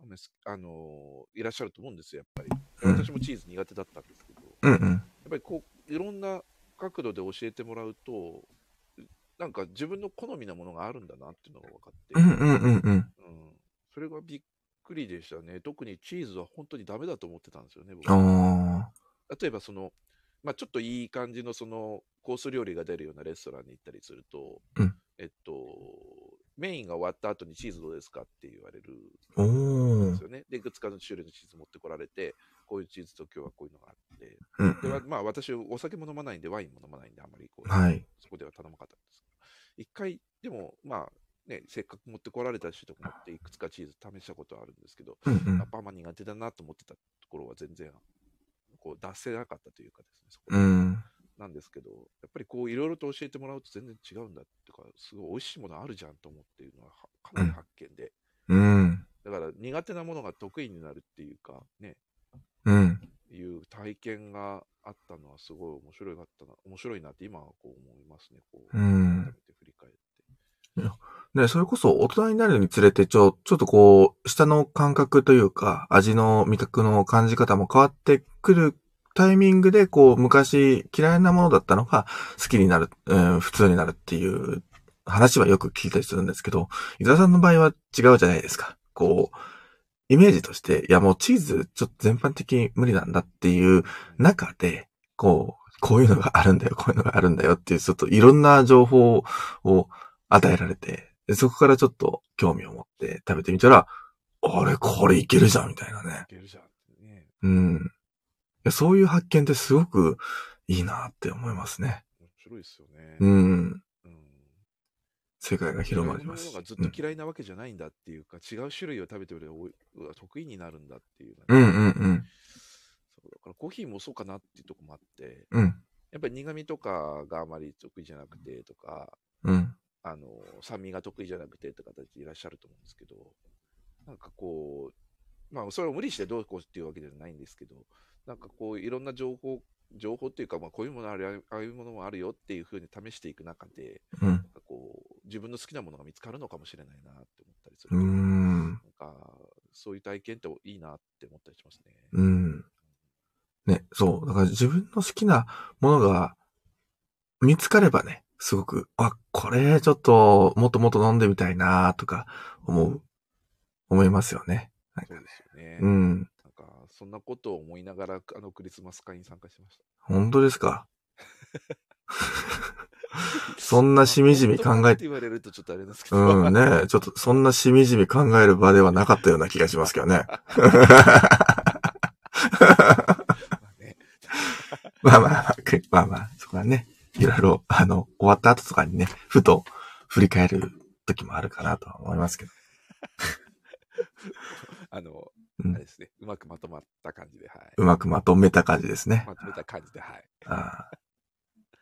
[SPEAKER 2] あんまりすあのーいらっしゃると思うんですよ、やっぱり。
[SPEAKER 1] うん
[SPEAKER 2] 私もチーズ苦手だったんですけど、や
[SPEAKER 1] うんうん。
[SPEAKER 2] っぱりこう、いろんな角度で教えてもらうと、なんか自分の好みなものがあるんだなっていうのが分かって、
[SPEAKER 1] うんうんうんうん。
[SPEAKER 2] うんそれがびっくりでしたね。特にチーズは本当にダメだと思ってたんですよね、僕
[SPEAKER 1] ああ。
[SPEAKER 2] 例えばその、まあ、ちょっといい感じのそのコース料理が出るようなレストランに行ったりすると、
[SPEAKER 1] うん
[SPEAKER 2] えっと、メインが終わった後にチーズどうですかって言われる
[SPEAKER 1] お
[SPEAKER 2] んで
[SPEAKER 1] ー
[SPEAKER 2] す。よね。で、いくつかの種類のチーズ持ってこられて、こういうチーズと今日はこういうのがあって、
[SPEAKER 1] うん
[SPEAKER 2] で
[SPEAKER 1] う
[SPEAKER 2] わ
[SPEAKER 1] ん。
[SPEAKER 2] まあ私、お酒も飲まないんで、ワインも飲まないんで、あんまりこう、
[SPEAKER 1] はい。
[SPEAKER 2] そこでは頼まなかったんですけど、一回、でも、まあ、ね、せっかく持ってこられたしとか持っていくつかチーズ試したことはあるんですけど、
[SPEAKER 1] うん
[SPEAKER 2] やっぱあんま苦手だなと思ってたところは全然こう出せなかったというかですね、そこ
[SPEAKER 1] うん。うん。
[SPEAKER 2] なんですけど、やっぱりこういろいろと教えてもらうと全然違うんだとか、すごい美味しいものあるじゃんと思っているのははかなり発見で、
[SPEAKER 1] うん。
[SPEAKER 2] だから苦手なものが得意になるっていうか、ね、
[SPEAKER 1] うん。
[SPEAKER 2] いう体験があったのはすごい面白いかったな、面白いなって今はこう思いますね、こう、
[SPEAKER 1] うん
[SPEAKER 2] 改めて振り返って。
[SPEAKER 1] ね、それこそ大人になるにつれて、ちょ、ちょっとこう、下の感覚というか、味の味覚の感じ方も変わってくるタイミングで、こう、昔嫌いなものだったのが好きになる、うん、普通になるっていう話はよく聞いたりするんですけど、伊沢さんの場合は違うじゃないですか。こう、イメージとして、いやもうチーズちょっと全般的に無理なんだっていう中で、こう、こういうのがあるんだよ、こういうのがあるんだよっていう、ちょっといろんな情報を与えられて、でそこからちょっと興味を持って食べてみたら、あれ、これいけるじゃん、みたいなね。
[SPEAKER 2] いけるじゃんってね。
[SPEAKER 1] うん。いやそういう発見ってすごくいいなって思いますね。
[SPEAKER 2] 面白いですよね。
[SPEAKER 1] うん。
[SPEAKER 2] うん
[SPEAKER 1] 世界が広まりま
[SPEAKER 2] い
[SPEAKER 1] す
[SPEAKER 2] ろんなものが
[SPEAKER 1] し
[SPEAKER 2] ず。
[SPEAKER 1] う
[SPEAKER 2] っ
[SPEAKER 1] ん
[SPEAKER 2] と嫌いなわけじゃないんだっていうか、違う種類を食べてるよりおが得意になるんだっていう、
[SPEAKER 1] うんうんうん。
[SPEAKER 2] そうだからコーヒーもそうかなっていうとこもあって、
[SPEAKER 1] うん。
[SPEAKER 2] やっぱり苦味とかがあまり得意じゃなくてとか、
[SPEAKER 1] うん。
[SPEAKER 2] あの酸味が得意じゃなくてとか方いらっしゃると思うんですけど、なんかこう、まあ、それを無理してどうこうっていうわけじゃないんですけど、なんかこう、いろんな情報、情報っていうか、まあ、こういうものあるよ、ああいうものもあるよっていうふうに試していく中で、
[SPEAKER 1] うん。
[SPEAKER 2] なんかこう自分の好きなものが見つかるのかもしれないなって思ったりす
[SPEAKER 1] う
[SPEAKER 2] る。
[SPEAKER 1] ーん。
[SPEAKER 2] なんかそういう体験っていいなって思ったりしますね。
[SPEAKER 1] うん。ね、そう。だから自分の好きなものが見つかればね、すごく、あ、これちょっともっともっと飲んでみたいなとか思う、思いますよね。なん
[SPEAKER 2] そ
[SPEAKER 1] か
[SPEAKER 2] う
[SPEAKER 1] ね。
[SPEAKER 2] ですよね。
[SPEAKER 1] うん。
[SPEAKER 2] なんかそんなことを思いながらあのクリスマス会に参加してました。
[SPEAKER 1] 本当ですか。そんなしみじみ考え
[SPEAKER 2] まあ本当かって言われるとちょっとあれですけど。
[SPEAKER 1] うんね。ちょっとそんなしみじみ考える場ではなかったような気がしますけど
[SPEAKER 2] [laughs]
[SPEAKER 1] ね。
[SPEAKER 2] まあね
[SPEAKER 1] まあまあまあ、くまあまあ、そこはね、いろいろ、あの、終わった後とかにね、ふと振り返る時もあるかなとは思いますけど。
[SPEAKER 2] あの、
[SPEAKER 1] うん
[SPEAKER 2] あれですね。うまくまとまった感じで、は
[SPEAKER 1] うまくまとめた感じですね
[SPEAKER 2] い。。まとめた感じで、はい。
[SPEAKER 1] ああ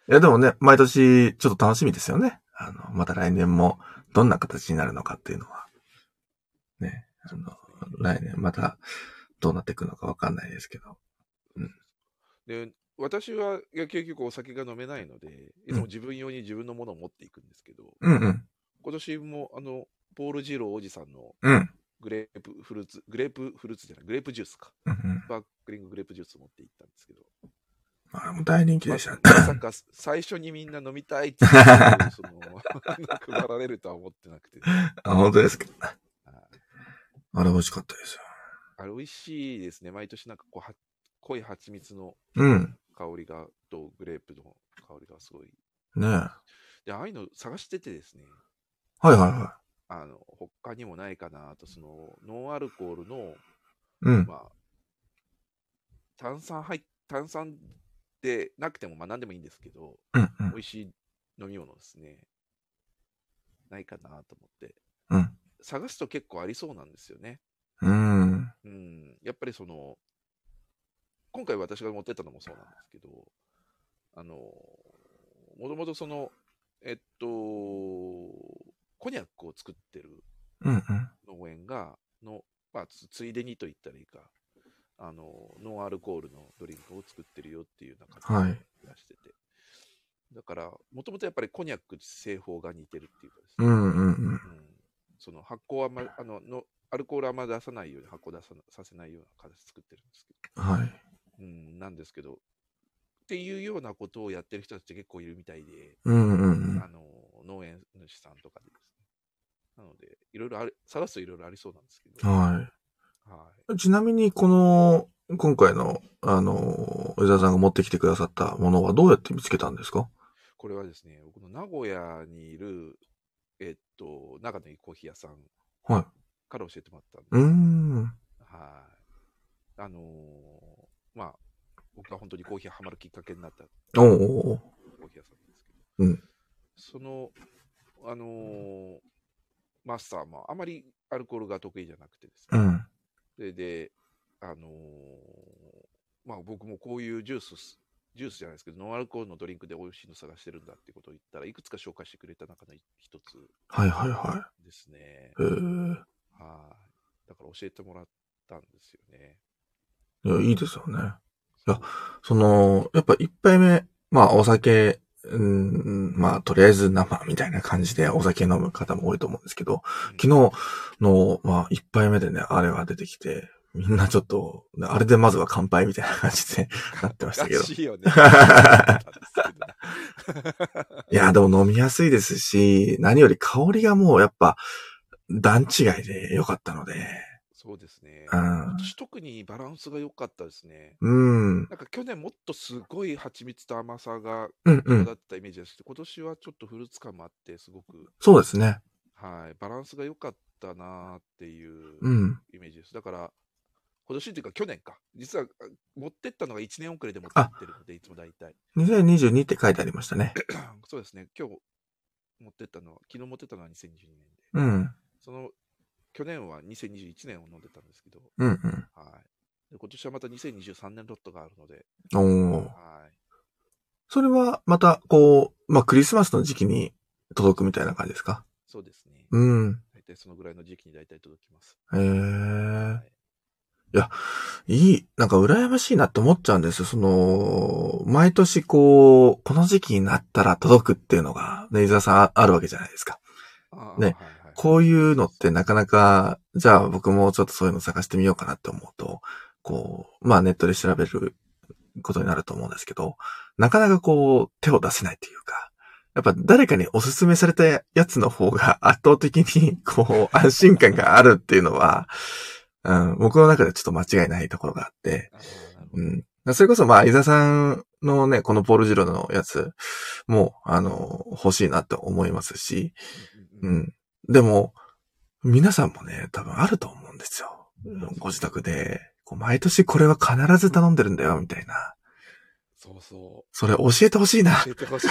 [SPEAKER 1] いや、でもね、毎年ちょっと楽しみですよね。あの、また来年もどんな形になるのかっていうのは。ね、あの、来年またどうなっていくのかわかんないですけど。
[SPEAKER 2] で、私は野球局お酒が飲めないので、いつも自分用に自分のものを持っていくんですけど、
[SPEAKER 1] うんうん。
[SPEAKER 2] 今年もあの、ポール・ジローおじさんの
[SPEAKER 1] うん。
[SPEAKER 2] グレープフルーツ、グレープフルーツじゃない、グレープジュースか。
[SPEAKER 1] うんうん
[SPEAKER 2] ス。パークリンググレープジュース持って行ったんですけど、
[SPEAKER 1] まあ、もう大人気でしたね。
[SPEAKER 2] ままさか最初にみんな飲みたいって言ってるそ
[SPEAKER 1] [laughs]
[SPEAKER 2] の配られるとは思ってなくて、
[SPEAKER 1] あ、本当ですか。
[SPEAKER 2] あ
[SPEAKER 1] あれ美味しかったですよ。
[SPEAKER 2] あれ美味しいですね。毎年なんかこうは濃い蜂蜜の
[SPEAKER 1] うん。
[SPEAKER 2] 香りがとグレープの香りがすごい。
[SPEAKER 1] ねえ。
[SPEAKER 2] で、ああいうの探しててですね、
[SPEAKER 1] はいはいは
[SPEAKER 2] あの他にもないかなと、そのノンアルコールの、
[SPEAKER 1] い。うん。
[SPEAKER 2] まあ、炭酸入っ炭酸でなくても、まあ何でもいいんですけど、
[SPEAKER 1] うんうん
[SPEAKER 2] 美。味しい飲み物ですね。ないかなと思って。
[SPEAKER 1] うん
[SPEAKER 2] 探すと結構ありそうなんですよね。
[SPEAKER 1] うん。
[SPEAKER 2] うん。やっぱりその、今回私が持ってったのもそうなんですけど、あの、もともとその、えっと、コニャックを作ってる
[SPEAKER 1] うん
[SPEAKER 2] 農園が、の、まあ、つついでにと言ったらいいか、あの、ノンアルコールのドリンクを作ってるよっていう中で、
[SPEAKER 1] はい
[SPEAKER 2] 出してて。だから、もともとやっぱりコニャック製法が似てるっていうかです
[SPEAKER 1] うん。う
[SPEAKER 2] ね、
[SPEAKER 1] んうんうん。
[SPEAKER 2] うんその発酵はあんま、あの、のアルコールあんま出さないように発酵出さなさせないような形で作ってるんですけ
[SPEAKER 1] はい。
[SPEAKER 2] ど、うん、なんですけど、っていうようなことをやってる人たちって結構いるみたいで、
[SPEAKER 1] うんうんうん。
[SPEAKER 2] あの、農園主さんとかでですね。なので、いろいろある、探すといろいろありそうなんですけど、
[SPEAKER 1] は。
[SPEAKER 2] はい
[SPEAKER 1] ちなみに、この、今回の、あの、小沢さんが持ってきてくださったものはどうやって見つけたんですか
[SPEAKER 2] い。これはですね、僕の名古屋にいる、えっと、長野いいコーヒー屋さん
[SPEAKER 1] はい。
[SPEAKER 2] から教えてもらったんです
[SPEAKER 1] うーん。
[SPEAKER 2] はい。あのーまあ、僕が本当にコーヒーハマるきっかけになった
[SPEAKER 1] おうおうおう
[SPEAKER 2] コーヒー屋さんなんですけど、
[SPEAKER 1] うん
[SPEAKER 2] その、あのーマスターもあまりアルコールが得意じゃなくてです
[SPEAKER 1] う
[SPEAKER 2] ね、
[SPEAKER 1] ん。
[SPEAKER 2] それで、あのーまあ僕もこういうジュース、ジュースじゃないですけど、ノンアルコールのドリンクで美味しいの探してるんだってことを言ったらいくつか紹介してくれた中の一つ
[SPEAKER 1] はいはいは
[SPEAKER 2] ですね。
[SPEAKER 1] い。えー
[SPEAKER 2] はい。だから教えてもらったんですよね。
[SPEAKER 1] いや、いいですよね。いやその、やっぱ一杯目、まあお酒、うん、まあとりあえず生みたいな感じでお酒飲む方も多いと思うんですけど、昨
[SPEAKER 2] うん
[SPEAKER 1] 日の、まあ、一杯目でね、あれが出てきて、みんなちょっと、あれでまずは乾杯みたいな感じでなってましたけど
[SPEAKER 2] お。かしいよ
[SPEAKER 1] [laughs]
[SPEAKER 2] ね。なんですけどね
[SPEAKER 1] いや、でも飲みやすいですし、何より香りがもうやっぱ、段違いで良かったので、
[SPEAKER 2] [laughs] そうで
[SPEAKER 1] [laughs]
[SPEAKER 2] すね。
[SPEAKER 1] う
[SPEAKER 2] 今
[SPEAKER 1] ん。
[SPEAKER 2] 年特にバランスが良かったですね。
[SPEAKER 1] うん。
[SPEAKER 2] なんか去年もっとすごい蜂蜜と甘さが
[SPEAKER 1] うんう
[SPEAKER 2] だ
[SPEAKER 1] ん。
[SPEAKER 2] ったイメージですけど、今年はちょっとフルーツ感もあって、すごく、
[SPEAKER 1] そうですね。
[SPEAKER 2] はい、バランスが良かったなーっていう
[SPEAKER 1] うん。
[SPEAKER 2] イメージです。だから、今年というか去年か。実はあ持ってったのが1年遅れで持ってってるので、いつも大体。
[SPEAKER 1] 2022って書いてありましたね。
[SPEAKER 2] そうですね、今日持ってったのは、昨日持ってったのは2022年で、
[SPEAKER 1] うん。
[SPEAKER 2] その去年は2021年を飲んでたんですけど、
[SPEAKER 1] うん
[SPEAKER 2] はい、で今年はまた2023年ロットがあるので、
[SPEAKER 1] うん。おー
[SPEAKER 2] はい、
[SPEAKER 1] それはまた、こう、まあ、クリスマスの時期に届くみたいな感じですか
[SPEAKER 2] そうですね、
[SPEAKER 1] うん。
[SPEAKER 2] 大体そのぐらいの時期に大体届きます。
[SPEAKER 1] へえ
[SPEAKER 2] は
[SPEAKER 1] ー。
[SPEAKER 2] い、
[SPEAKER 1] いや、いい、なんか羨ましいなって思っちゃうんですよ。その、毎年こう、この時期になったら届くっていうのが、ね、伊沢さんああるわけじゃないですか。
[SPEAKER 2] あー
[SPEAKER 1] ね
[SPEAKER 2] はいはいはい
[SPEAKER 1] こういうのってなかなか、じゃあ僕もちょっとそういうの探してみようかなって思うと、こう、まあネットで調べることになると思うんですけど、なかなかこう手を出せないというか、やっぱ誰かにおすすめされたやつの方が圧倒的に [laughs] こう安心感があるっていうのは、うん、僕の中でちょっと間違いないところがあって、
[SPEAKER 2] あーなるほ
[SPEAKER 1] う
[SPEAKER 2] ど
[SPEAKER 1] ん。それこそ、まあ、伊沢さんのね、このポールジロのやつも、あの、欲しいなと思いますし、
[SPEAKER 2] う
[SPEAKER 1] うん
[SPEAKER 2] うんうん
[SPEAKER 1] ん。でも、皆さんもね、多分あると思うんですよ。ご自宅で、こう毎年これは必ず頼んでるんだよ、みたいな。
[SPEAKER 2] そうそ、
[SPEAKER 1] それ教えてほしいうな。
[SPEAKER 2] 教えてほしい。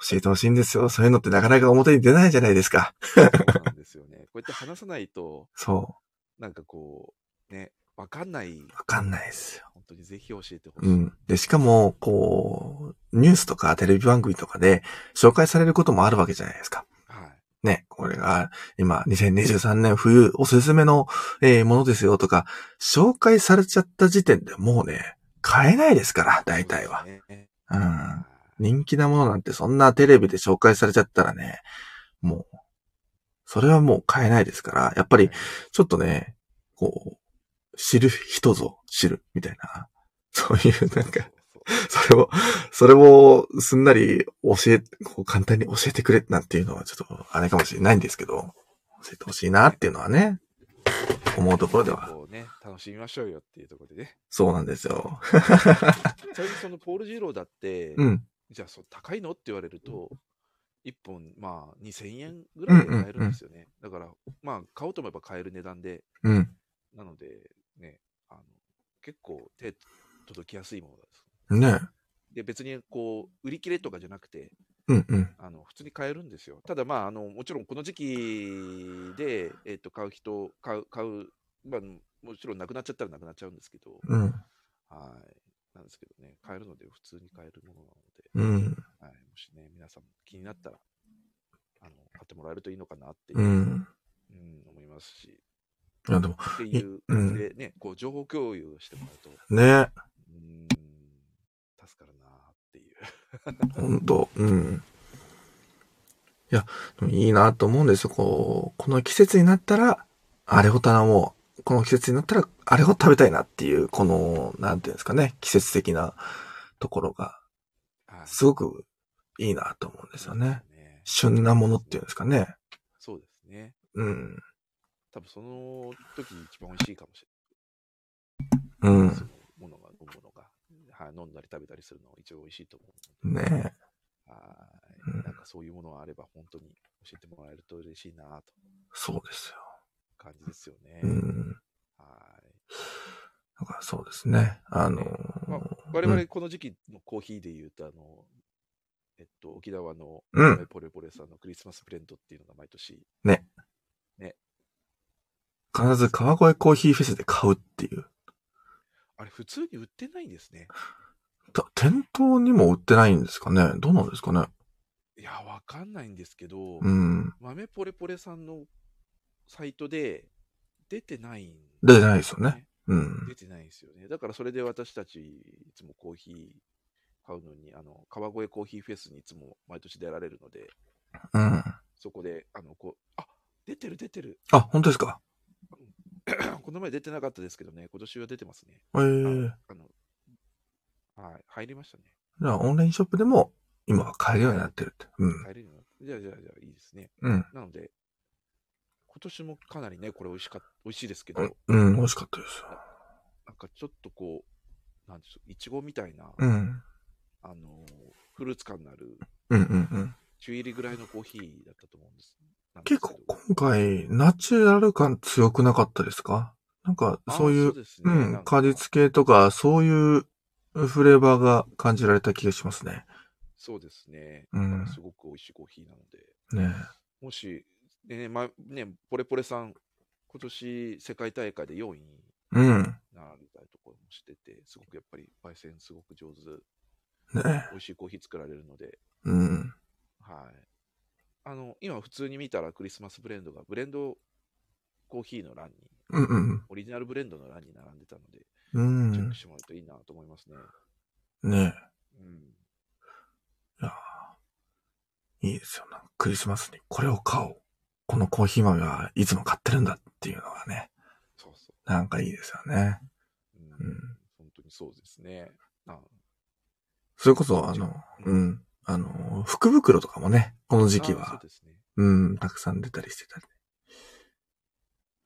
[SPEAKER 1] 教えてほしいんですよ。そういうのってなかなか表に出ないじゃないですか。
[SPEAKER 2] そうなんですよね。こうやって話さないと、
[SPEAKER 1] そ
[SPEAKER 2] なんかこう、ね、わかんない、
[SPEAKER 1] う。わかんないですよ。
[SPEAKER 2] 本当にぜひ教えてほしい。
[SPEAKER 1] うん。で、しかも、こう、ニュースとかテレビ番組とかで紹介されることもあるわけじゃないですか。
[SPEAKER 2] はい
[SPEAKER 1] ね、これが今2023年冬おすすめの、えーものですよとか、紹介されちゃった時点でもうね、買えないですから、大体は。
[SPEAKER 2] そうですね
[SPEAKER 1] うん。人気なものなんてそんなテレビで紹介されちゃったらね、もう、それはもう買えないですから、やっぱりちょっとね、こう、知る人ぞ知るみたいな、そういうなんか、
[SPEAKER 2] そう
[SPEAKER 1] [laughs] それを、それをすんなり教え、こう簡単に教えてくれなんていうのはちょっとあれかもしれないんですけど、教えてほしいなっていうのはね、思うところでは。
[SPEAKER 2] こうね、楽しみましょうよっていうところでね。
[SPEAKER 1] そうなんですよ。
[SPEAKER 2] ちなみにそのポール・ジーローだって、
[SPEAKER 1] うん。
[SPEAKER 2] じゃあそう高いのって言われると、1本まあ2000円ぐらいで買えるんですよね。だから、まあ買おうと思えば買える値段で、
[SPEAKER 1] うん。
[SPEAKER 2] なのでね、あの結構手届きやすいものです。
[SPEAKER 1] ね
[SPEAKER 2] で、別にこう、売り切れとかじゃなくて、
[SPEAKER 1] うんうん。
[SPEAKER 2] あの普通に買えるんですよ。ただ、まあ、あのもちろんこの時期で、えっと買う人、買う、買う、まあ、もちろんなくなっちゃったらなくなっちゃうんですけど、
[SPEAKER 1] うん。
[SPEAKER 2] はい。なんですけどね、買えるので、普通に買えるものなので、
[SPEAKER 1] うん。
[SPEAKER 2] はい、もしね、皆さん気になったら、あの買ってもらえるといいのかなっていう、
[SPEAKER 1] う
[SPEAKER 2] うん
[SPEAKER 1] ん。
[SPEAKER 2] 思いますし、
[SPEAKER 1] いやでも、
[SPEAKER 2] っていう感じでね、こう情報共有してもらうと、う
[SPEAKER 1] ね
[SPEAKER 2] ーん、助かるなっていう。 [laughs]
[SPEAKER 1] ほんと、うん。いや、でもいいなと思うんですよ。こう、この季節になったら、あれを頼もう。この季節になったら、あれを食べたいなっていう、この、なんていうんですかね、季節的なところが、
[SPEAKER 2] はい
[SPEAKER 1] すごくいいなと思うんですよね。。旬なものっていうんですかね。
[SPEAKER 2] そうですね。
[SPEAKER 1] うん。
[SPEAKER 2] 多分その時一番美味しいかもし
[SPEAKER 1] う
[SPEAKER 2] れない。
[SPEAKER 1] ん
[SPEAKER 2] そ。のものが、飲むものが、はい、飲んだり食べたりするのが一番美味しいと思うので。
[SPEAKER 1] ね
[SPEAKER 2] はい
[SPEAKER 1] うん
[SPEAKER 2] なんかそういうものがあれば本当に教えてもらえると嬉しいなと
[SPEAKER 1] そうですよ。
[SPEAKER 2] 感じですよね。
[SPEAKER 1] うん。
[SPEAKER 2] はい
[SPEAKER 1] だからそうですね。あのー
[SPEAKER 2] まあ、我々この時期のコーヒーでいうと、あの、えっと、沖縄の
[SPEAKER 1] うん
[SPEAKER 2] ポレポレさんのクリスマスブレンドっていうのが毎年、
[SPEAKER 1] 必ず川越コーヒーフェスで買うっていう。
[SPEAKER 2] あれ普通に売ってないんですね。
[SPEAKER 1] た店頭にも売ってないんですかねどうなんですかね
[SPEAKER 2] いや、わかんないんですけど、
[SPEAKER 1] うん。
[SPEAKER 2] 豆ポレポレさんのサイトで出てないん
[SPEAKER 1] 出てないですよね。うん。
[SPEAKER 2] 出てないんですよね。だからそれで私たち、いつもコーヒー買うのに、あの、川越コーヒーフェスにいつも毎年出られるので、
[SPEAKER 1] うん。
[SPEAKER 2] そこで、あの、こう、あ出てる出てる。 [clears throat]
[SPEAKER 1] あ、本当ですか
[SPEAKER 2] この前出てなかったですけどね、今年は出てますね。
[SPEAKER 1] ええー。
[SPEAKER 2] あの、はい、入りましたね。
[SPEAKER 1] じゃあ、オンラインショップでも今は買えるようになってるって。うん。
[SPEAKER 2] 入れるようになったじゃあじゃあじゃあいいですね。
[SPEAKER 1] うん。
[SPEAKER 2] なので、今年もかなりね、これ美味しかっ美味しいですけど、
[SPEAKER 1] うん、美味しかったです。
[SPEAKER 2] なんかちょっとこう、なんでしょう、いちごみたいな、
[SPEAKER 1] うん。
[SPEAKER 2] あのー、フルーツ感のある、
[SPEAKER 1] うんうんうん。
[SPEAKER 2] 中入りぐらいのコーヒーだったと思うんです。なんです
[SPEAKER 1] 結
[SPEAKER 2] け
[SPEAKER 1] 構
[SPEAKER 2] ど
[SPEAKER 1] 今回、ナチュラル感強くなかったですかなんか、
[SPEAKER 2] あー
[SPEAKER 1] そういう、
[SPEAKER 2] です
[SPEAKER 1] う
[SPEAKER 2] ね
[SPEAKER 1] ん
[SPEAKER 2] な、
[SPEAKER 1] 果
[SPEAKER 2] か
[SPEAKER 1] 実系とか、そういうフレーバーが感じられた気がしますね。
[SPEAKER 2] そうですね。
[SPEAKER 1] うん
[SPEAKER 2] だからすごく美味しいコーヒーなので、
[SPEAKER 1] ね
[SPEAKER 2] もし、ね、ま、ね、ポレポレさん、今年世界大会で4位に
[SPEAKER 1] うん。
[SPEAKER 2] なりたいところもしてて、すごくやっぱり焙煎すごく上手、
[SPEAKER 1] ね
[SPEAKER 2] 美味しいコーヒー作られるので、
[SPEAKER 1] うん。
[SPEAKER 2] はい。あの、今普通に見たらクリスマスブレンドがブレンドコーヒーの欄に、
[SPEAKER 1] うんうん
[SPEAKER 2] オリジナルブレンドの欄に並んでたので、
[SPEAKER 1] うん。
[SPEAKER 2] チェ
[SPEAKER 1] う
[SPEAKER 2] ッ
[SPEAKER 1] ん
[SPEAKER 2] ク。してもらうといいなと思いますね。
[SPEAKER 1] ね
[SPEAKER 2] うん。
[SPEAKER 1] いやいいですよ。なんかクリスマスにこれを買おう。このコーヒー豆はいつも買ってるんだっていうのがね、
[SPEAKER 2] そうそ
[SPEAKER 1] なんかいいですよね。
[SPEAKER 2] う。うん。
[SPEAKER 1] うん
[SPEAKER 2] 本当にそうですね。あ
[SPEAKER 1] それこそ、あの、うん。あの、福袋とかもね、この時期
[SPEAKER 2] あそ
[SPEAKER 1] は
[SPEAKER 2] うですね。
[SPEAKER 1] うん、たくさん出たりしてたり。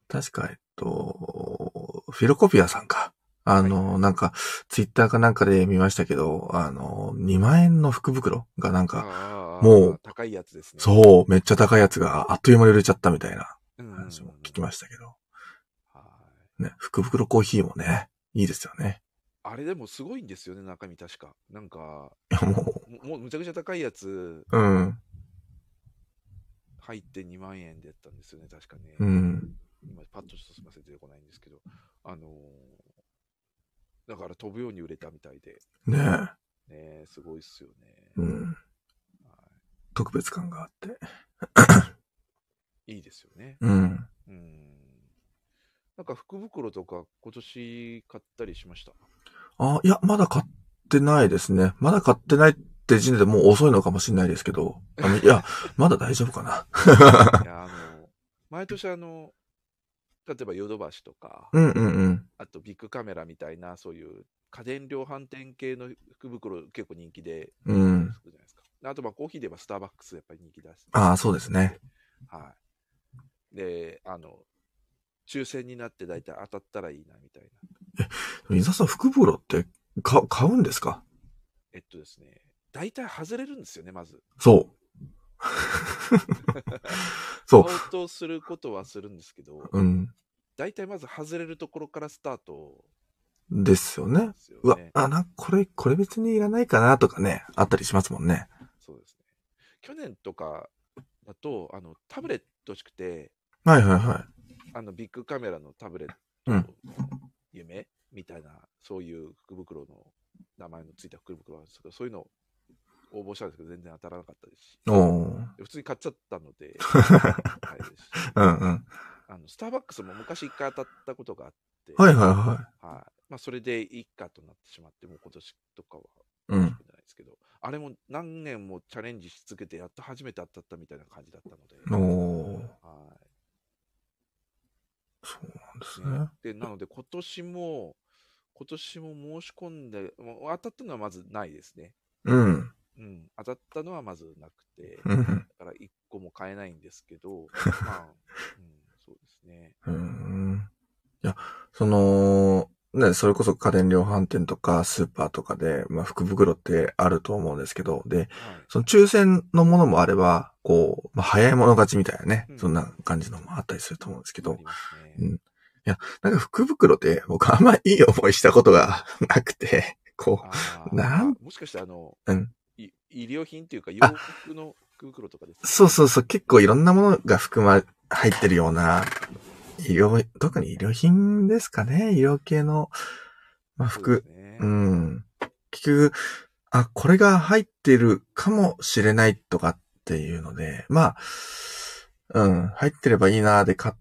[SPEAKER 1] 確か、えっと、フィロコピアさんか。あの、
[SPEAKER 2] は
[SPEAKER 1] なんか、ツイッターかなんかで見ましたけど、あの、2万円の福袋がなんか、
[SPEAKER 2] ああ
[SPEAKER 1] もう
[SPEAKER 2] 高いやつですね。う。
[SPEAKER 1] そう、めっちゃ高いやつがあっという間に売れちゃったみたいな
[SPEAKER 2] うんうんうん、
[SPEAKER 1] 話も聞きましたけど、
[SPEAKER 2] はい
[SPEAKER 1] ね、福袋コーヒーもね、いいですよね。
[SPEAKER 2] あれでもすごいんですよね、中身確か。なんか、
[SPEAKER 1] いや、も
[SPEAKER 2] ももうむちゃくちゃ高いやつ
[SPEAKER 1] う、うん、
[SPEAKER 2] 入って2万円でやったんですよね、確かね。
[SPEAKER 1] うん、
[SPEAKER 2] 今、パッとちょっとすみません、出てこないんですけど。あのーだから飛ぶように売れたみたいで、
[SPEAKER 1] ね
[SPEAKER 2] ね、すごいっすよね。
[SPEAKER 1] うん、
[SPEAKER 2] は
[SPEAKER 1] 特別感があって、
[SPEAKER 2] い、いいですよね。
[SPEAKER 1] うん。
[SPEAKER 2] うん。なんか福袋とか今年買ったり
[SPEAKER 1] [laughs]
[SPEAKER 2] しました。
[SPEAKER 1] あ、いや、まだ買ってないですね。まだ買ってないって時点でもう遅いのかもしれないですけど。あの、いや、まだ大丈夫かな。
[SPEAKER 2] いや、あの、毎年あの、例えばヨドバシとか、
[SPEAKER 1] うんうんうん。
[SPEAKER 2] あとビッグカメラみたいな、そういう家電量販店系の福袋結構人気で、
[SPEAKER 1] うん
[SPEAKER 2] そうじゃないですか。あとまあコーヒーで言えばスターバックスやっぱり人気だし。
[SPEAKER 1] ああそうですね。
[SPEAKER 2] はい。で、あの、抽選になって大体当たったらいいなみたいな。
[SPEAKER 1] 伊沢さん、福袋って、か、買うんですか
[SPEAKER 2] えっとですね、大体外れるんですよね、まず。
[SPEAKER 1] そう。 [laughs] そ
[SPEAKER 2] 買おうとすることはするんですけど、
[SPEAKER 1] う。うん。
[SPEAKER 2] 大体まず外れるところからスタート
[SPEAKER 1] ですよ
[SPEAKER 2] なん
[SPEAKER 1] ね
[SPEAKER 2] で。すよ
[SPEAKER 1] うわ
[SPEAKER 2] ね、。
[SPEAKER 1] あ、な、これ、これ別にいらないかなとかね、あったりしますもんね。
[SPEAKER 2] そうですね。去年とかだと、あの、タブレット欲しくて、
[SPEAKER 1] はいはいは
[SPEAKER 2] あのビッグカメラのタブレット
[SPEAKER 1] うん
[SPEAKER 2] の夢みたいな、そういう福袋の名前のついた福袋なんですけど、そういうのを応募したんですけど、全然当たらなかったですし、
[SPEAKER 1] い。おー。
[SPEAKER 2] 普通に買っちゃったの
[SPEAKER 1] [laughs]
[SPEAKER 2] で、はいですし
[SPEAKER 1] うんうん。
[SPEAKER 2] あのスターバックスも昔一回当たったことがあって、
[SPEAKER 1] はいはい
[SPEAKER 2] はい
[SPEAKER 1] は
[SPEAKER 2] まあ、それでいいかとなってしまって、もう今年とかは。
[SPEAKER 1] い。うん。
[SPEAKER 2] ないですけどあれも何年もチャレンジし続けてやっと初めて当たったみたいな感じだったので、
[SPEAKER 1] おー。
[SPEAKER 2] はい、
[SPEAKER 1] そうなんですね
[SPEAKER 2] ね。、でなので今年も今年も申し込んでもう当たったのはまずないですね、
[SPEAKER 1] うん。
[SPEAKER 2] うん、当たったのはまずなくてだ
[SPEAKER 1] うん。
[SPEAKER 2] から1個も買えないんですけ
[SPEAKER 1] [laughs]
[SPEAKER 2] ど、まあうん、そうですね
[SPEAKER 1] うーんいや、その、ね、それこそ家電量販店とかスーパーとかで、まあ、福袋ってあると思うんですけど、で、
[SPEAKER 2] はい
[SPEAKER 1] その抽選のものもあれば、こう、まあ、早い者勝ちみたいなね
[SPEAKER 2] う、ん
[SPEAKER 1] そんな感じのもあったりすると思うんですけ
[SPEAKER 2] あ
[SPEAKER 1] ど
[SPEAKER 2] り、ます
[SPEAKER 1] うん
[SPEAKER 2] ね
[SPEAKER 1] なんか福袋で僕あんまいい思いしたことが [laughs] なくて、こ
[SPEAKER 2] あー
[SPEAKER 1] なん
[SPEAKER 2] もしかしてあの、
[SPEAKER 1] うん
[SPEAKER 2] い医療品っていうか洋服の福袋とかです
[SPEAKER 1] う、そうそうそう、結構いろんなものが含ま、入ってるような、医療、特に医療品ですかね、医療系の、まあ、
[SPEAKER 2] そう
[SPEAKER 1] 服、
[SPEAKER 2] ですね
[SPEAKER 1] うん。結局、あ、これが入ってるかもしれないとかっていうので、まあ、うん、入ってればいいなーで買っ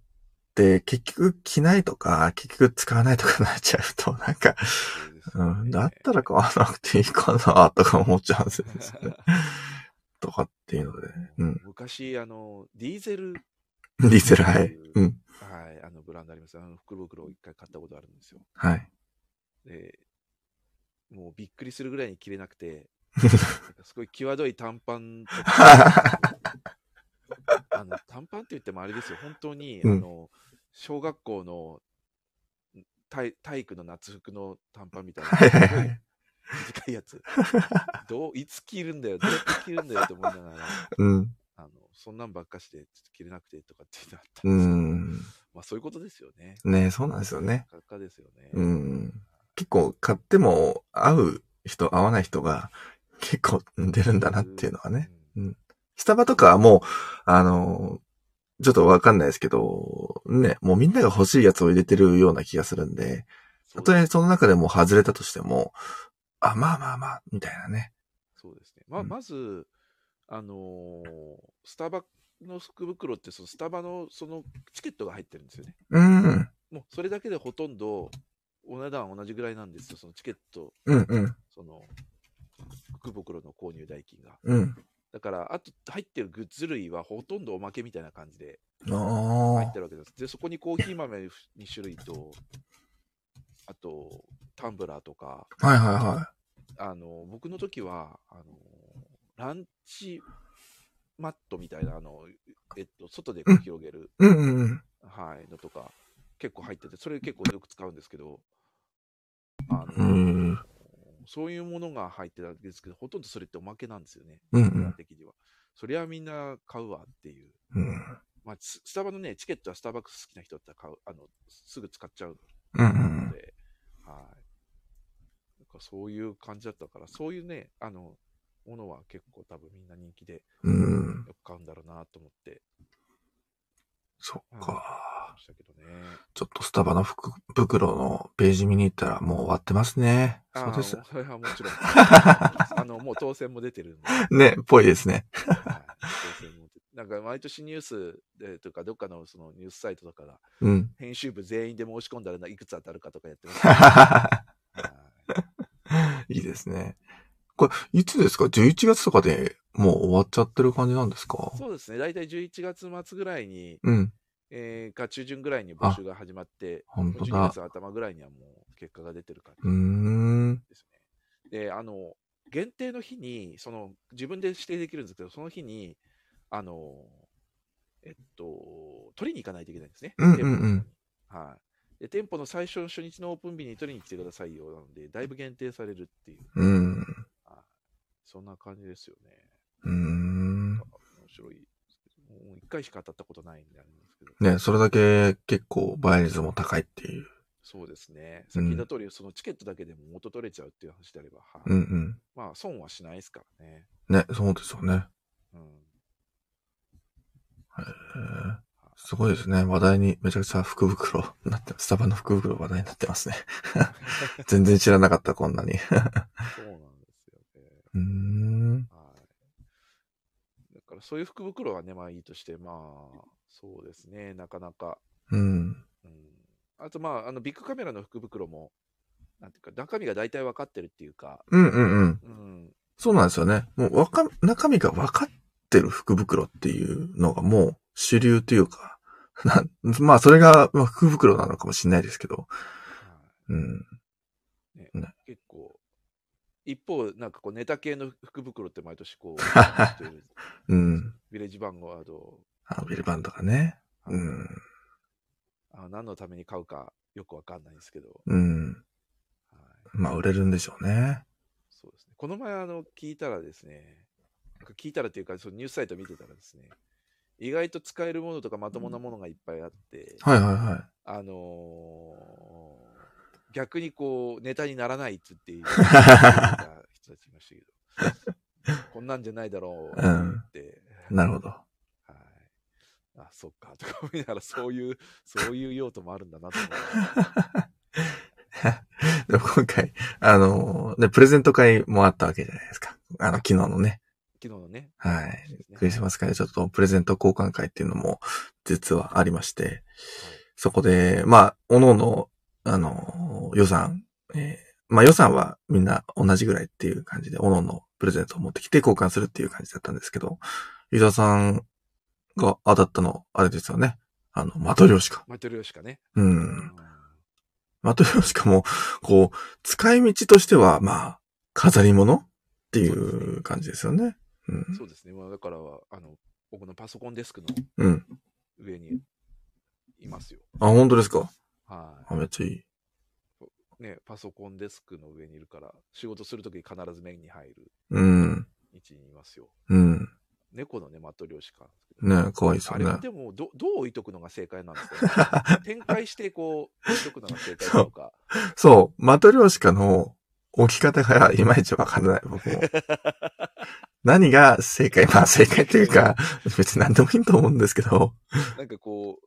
[SPEAKER 1] て、結局着ないとか、結局使わないとかなっちゃうと、 [laughs] なんか、
[SPEAKER 2] そうです
[SPEAKER 1] う
[SPEAKER 2] よね
[SPEAKER 1] ん、だったら買わなくていいかなとか思っちゃうんですよ
[SPEAKER 2] [laughs]
[SPEAKER 1] ね。とかっていうので、うん。
[SPEAKER 2] 昔あのディーゼル [laughs]
[SPEAKER 1] ディーゼル、はい。 [laughs] うん、
[SPEAKER 2] はい、あのブランドあります。あの福袋を一回買ったことあるんですよ。
[SPEAKER 1] はい。
[SPEAKER 2] で、もうびっ
[SPEAKER 1] [laughs]
[SPEAKER 2] くりするぐらいに着れなくて、なんかすごい際どい短パンとかあの短パンって言ってもあれですよ、本当に、
[SPEAKER 1] うん
[SPEAKER 2] あの小学校の体体育の夏服の短パンみたいな、
[SPEAKER 1] はいはいはい。
[SPEAKER 2] 短いやつどう、いつ着るんだよ、どうやって着るんだよって思いながら、
[SPEAKER 1] うん。
[SPEAKER 2] あのそんなんばっかして、ちょっと着れなくてとかってなったんですけ
[SPEAKER 1] う
[SPEAKER 2] ど
[SPEAKER 1] ん。
[SPEAKER 2] まあそういうことですよね。
[SPEAKER 1] ねそうなんですよね。
[SPEAKER 2] かかですよね。
[SPEAKER 1] うん。結構買っても合う人、合わない人が結構出るんだなっていうのはね。
[SPEAKER 2] うん。
[SPEAKER 1] スタバとかはもう、あの、ちょっとわかんないですけど、ね、もうみんなが欲しいやつを入れてるような気がするんで、
[SPEAKER 2] そ
[SPEAKER 1] た
[SPEAKER 2] うで
[SPEAKER 1] と
[SPEAKER 2] す
[SPEAKER 1] えその中でも外れたとしても、あ、まあまあまあ、みたいなね。
[SPEAKER 2] そうですね。まあ、
[SPEAKER 1] うん
[SPEAKER 2] まず、あのースタバの福袋って、そのスタバのそのチケットが入ってるんですよね。
[SPEAKER 1] うん、
[SPEAKER 2] もうそれだけでほとんどお値段同じぐらいなんですよ、そのチケット、
[SPEAKER 1] うん、うん、
[SPEAKER 2] その福袋の購入代金が。
[SPEAKER 1] うん。
[SPEAKER 2] だから、あと入ってるグッズ類はほとんどおまけみたいな感じで入
[SPEAKER 1] あ
[SPEAKER 2] ってるわけです。で、そこにコーヒー豆2種類と、あとタンブラーとか、
[SPEAKER 1] あ、はいはいは
[SPEAKER 2] あの僕の時はあのランチマットみたいなあの、えっと、外でこう広げる、
[SPEAKER 1] い。うん、うん、うん。
[SPEAKER 2] はい、のとか結構入っててそれ結構よく使うんですけどあ
[SPEAKER 1] う
[SPEAKER 2] の、
[SPEAKER 1] ん、
[SPEAKER 2] そういうものが入ってたんですけどほとんどそれっておまけなんですよね
[SPEAKER 1] うん、う
[SPEAKER 2] 基本
[SPEAKER 1] ん。
[SPEAKER 2] 的には、そりゃみんな買うわっていう、
[SPEAKER 1] うん、
[SPEAKER 2] まあ、ススタバのねチケットはスターバックス好きな人だったら買うあのすぐ使っちゃう
[SPEAKER 1] うん、う
[SPEAKER 2] の
[SPEAKER 1] ん。
[SPEAKER 2] で、はい。なんかそういう感じだったから、そういうね、あの、ものは結構多分みんな人気でよ
[SPEAKER 1] うん、
[SPEAKER 2] く買うんだろうなと思って
[SPEAKER 1] そっか。
[SPEAKER 2] ましたけどね。
[SPEAKER 1] ちょっとスタバの福袋のページ見に行ったらもう終わってますね。
[SPEAKER 2] あ
[SPEAKER 1] そ
[SPEAKER 2] あ
[SPEAKER 1] うです
[SPEAKER 2] も。それはも
[SPEAKER 1] [laughs]
[SPEAKER 2] ちろん。あの、もう当選も出てるんで。はい
[SPEAKER 1] ね、ぽいですね。
[SPEAKER 2] 当選も出てなんか毎年ニュースでとか、どっかのそのニュースサイトとかが、
[SPEAKER 1] うん。 [laughs]
[SPEAKER 2] 編集部全員で申し込んだらいくつ当たるかとかやってますはい
[SPEAKER 1] いですね。これ、いつですか ?11 月とかでもう終わっちゃってる感じなんですか
[SPEAKER 2] そうですね、大体11月末ぐらいに、
[SPEAKER 1] うん。
[SPEAKER 2] えー、か中旬ぐらいに募集が始まって、
[SPEAKER 1] 本当
[SPEAKER 2] 12
[SPEAKER 1] だ
[SPEAKER 2] 月。頭ぐらいにはもう結果が出てる感
[SPEAKER 1] うー
[SPEAKER 2] じ
[SPEAKER 1] ん。
[SPEAKER 2] ですね。で、あの、限定の日に、その、自分で指定できるんですけど、その日に、あの、えっと、取りに行かないといけないんですね。
[SPEAKER 1] うんうん
[SPEAKER 2] 店舗の方に
[SPEAKER 1] うん
[SPEAKER 2] はい。で、店舗の最初の初日のオープン日に取りに来てくださいよなので、だいぶ限定されるっていう、
[SPEAKER 1] うん。
[SPEAKER 2] はいそんな感じですよね。
[SPEAKER 1] うーん。
[SPEAKER 2] 面白いですけど。もう一回しか当たったことないんであれなんですけど。
[SPEAKER 1] ね、それだけ結構倍率も高いっていう。
[SPEAKER 2] そうですね。
[SPEAKER 1] う
[SPEAKER 2] さっ
[SPEAKER 1] ん
[SPEAKER 2] き言った通り、そのチケットだけでも元取れちゃうっていう話であれば、はい
[SPEAKER 1] うん
[SPEAKER 2] まあ、損はしないですからね。
[SPEAKER 1] うん。ね、そうですよね。
[SPEAKER 2] うん。
[SPEAKER 1] へーすごい
[SPEAKER 2] [laughs]
[SPEAKER 1] ですね。話題にめちゃくちゃ福袋 [laughs] になって、スタバの福袋話題になってますね。 [laughs] 全然知らなかった、こんなに。う
[SPEAKER 2] そうなんですよね。
[SPEAKER 1] ーん。
[SPEAKER 2] はい。だから、そういう福袋はね、まあいいとして、まあ、そうですね、なかなか。
[SPEAKER 1] うん。
[SPEAKER 2] うん。あと、まあ、あの、ビッグカメラの福袋も、なんていうか、中身が大体分かってるっていうか、
[SPEAKER 1] うんうんうん。
[SPEAKER 2] うん。
[SPEAKER 1] そうなんですよね。もうわか、中身が分かってる福袋っていうのがもう主流というか、 [laughs] なまあそれが、まあ、福袋なのかもしれないですけど、
[SPEAKER 2] は
[SPEAKER 1] うん。
[SPEAKER 2] い、結構、一方、なんかこう、ネタ系の福袋って毎年こう、
[SPEAKER 1] [laughs] うん。
[SPEAKER 2] ビレッジ番号ワード、
[SPEAKER 1] あの、ビルバンとかね。うん。
[SPEAKER 2] あ何のために買うかよく分かんないんですけど、
[SPEAKER 1] うん。
[SPEAKER 2] はい、
[SPEAKER 1] まあ売れるんでしょうね。
[SPEAKER 2] そうですね。この前、あの、聞いたらですね、なんか聞いたらというか、そのニュースサイト見てたらですね、意外と使えるものとかまともなものがいっぱいあって、
[SPEAKER 1] はいはいは
[SPEAKER 2] あのー逆にこう、ネタにならないっつっていう人たちいましたけど、こんなんじゃないだろうって、
[SPEAKER 1] い。なるほど。
[SPEAKER 2] はい。あ、そっか、とか思いながら、そういう、そういう用途もあるんだな
[SPEAKER 1] [laughs]
[SPEAKER 2] と思って。
[SPEAKER 1] でも [laughs] 今回、あの、ね、プレゼント会もあったわけじゃないですか。あの、昨日のね。
[SPEAKER 2] 昨日のね、
[SPEAKER 1] はい。
[SPEAKER 2] そうですね
[SPEAKER 1] クリスマス会でちょっとプレゼント交換会っていうのも実はありまして、そこで、まあ、おのおの、あの、予算、えーまあ予算はみんな同じぐらいっていう感じで、おのおのプレゼントを持ってきて交換するっていう感じだったんですけど、伊沢さんが当たったの、あれですよね。あの、マトリョーシカ。
[SPEAKER 2] マトリョーシカね。
[SPEAKER 1] う。
[SPEAKER 2] うん
[SPEAKER 1] マトリョーシカも、こう、使い道としては、まあ、飾り物ってい
[SPEAKER 2] そうです
[SPEAKER 1] う感じですよね。うん
[SPEAKER 2] そうですね、まあ、だからあの、僕のパソコンデスクの
[SPEAKER 1] うん。
[SPEAKER 2] 上にいますよ。
[SPEAKER 1] あ、本当ですか
[SPEAKER 2] は
[SPEAKER 1] あ、めっちゃいい。
[SPEAKER 2] い。ね、パソコンデスクの上にいるから、仕事するとき必ず目に入る
[SPEAKER 1] うん。
[SPEAKER 2] 位置にいますよ。
[SPEAKER 1] うん。
[SPEAKER 2] 猫のね、マトリョーシカなんですけど。
[SPEAKER 1] ね可愛いです
[SPEAKER 2] あ
[SPEAKER 1] よ
[SPEAKER 2] れ
[SPEAKER 1] ね
[SPEAKER 2] は。でもど、どう置いとくのが正解なんですか、ね、展開してこう、置いとくのが正解な
[SPEAKER 1] [laughs]
[SPEAKER 2] のか。
[SPEAKER 1] そう、マトリョーシカの置き方がいまいちわからない、僕 [laughs] も。何が正解まあ正解というか、別に何でもいいと思うんですけど。
[SPEAKER 2] なんかこ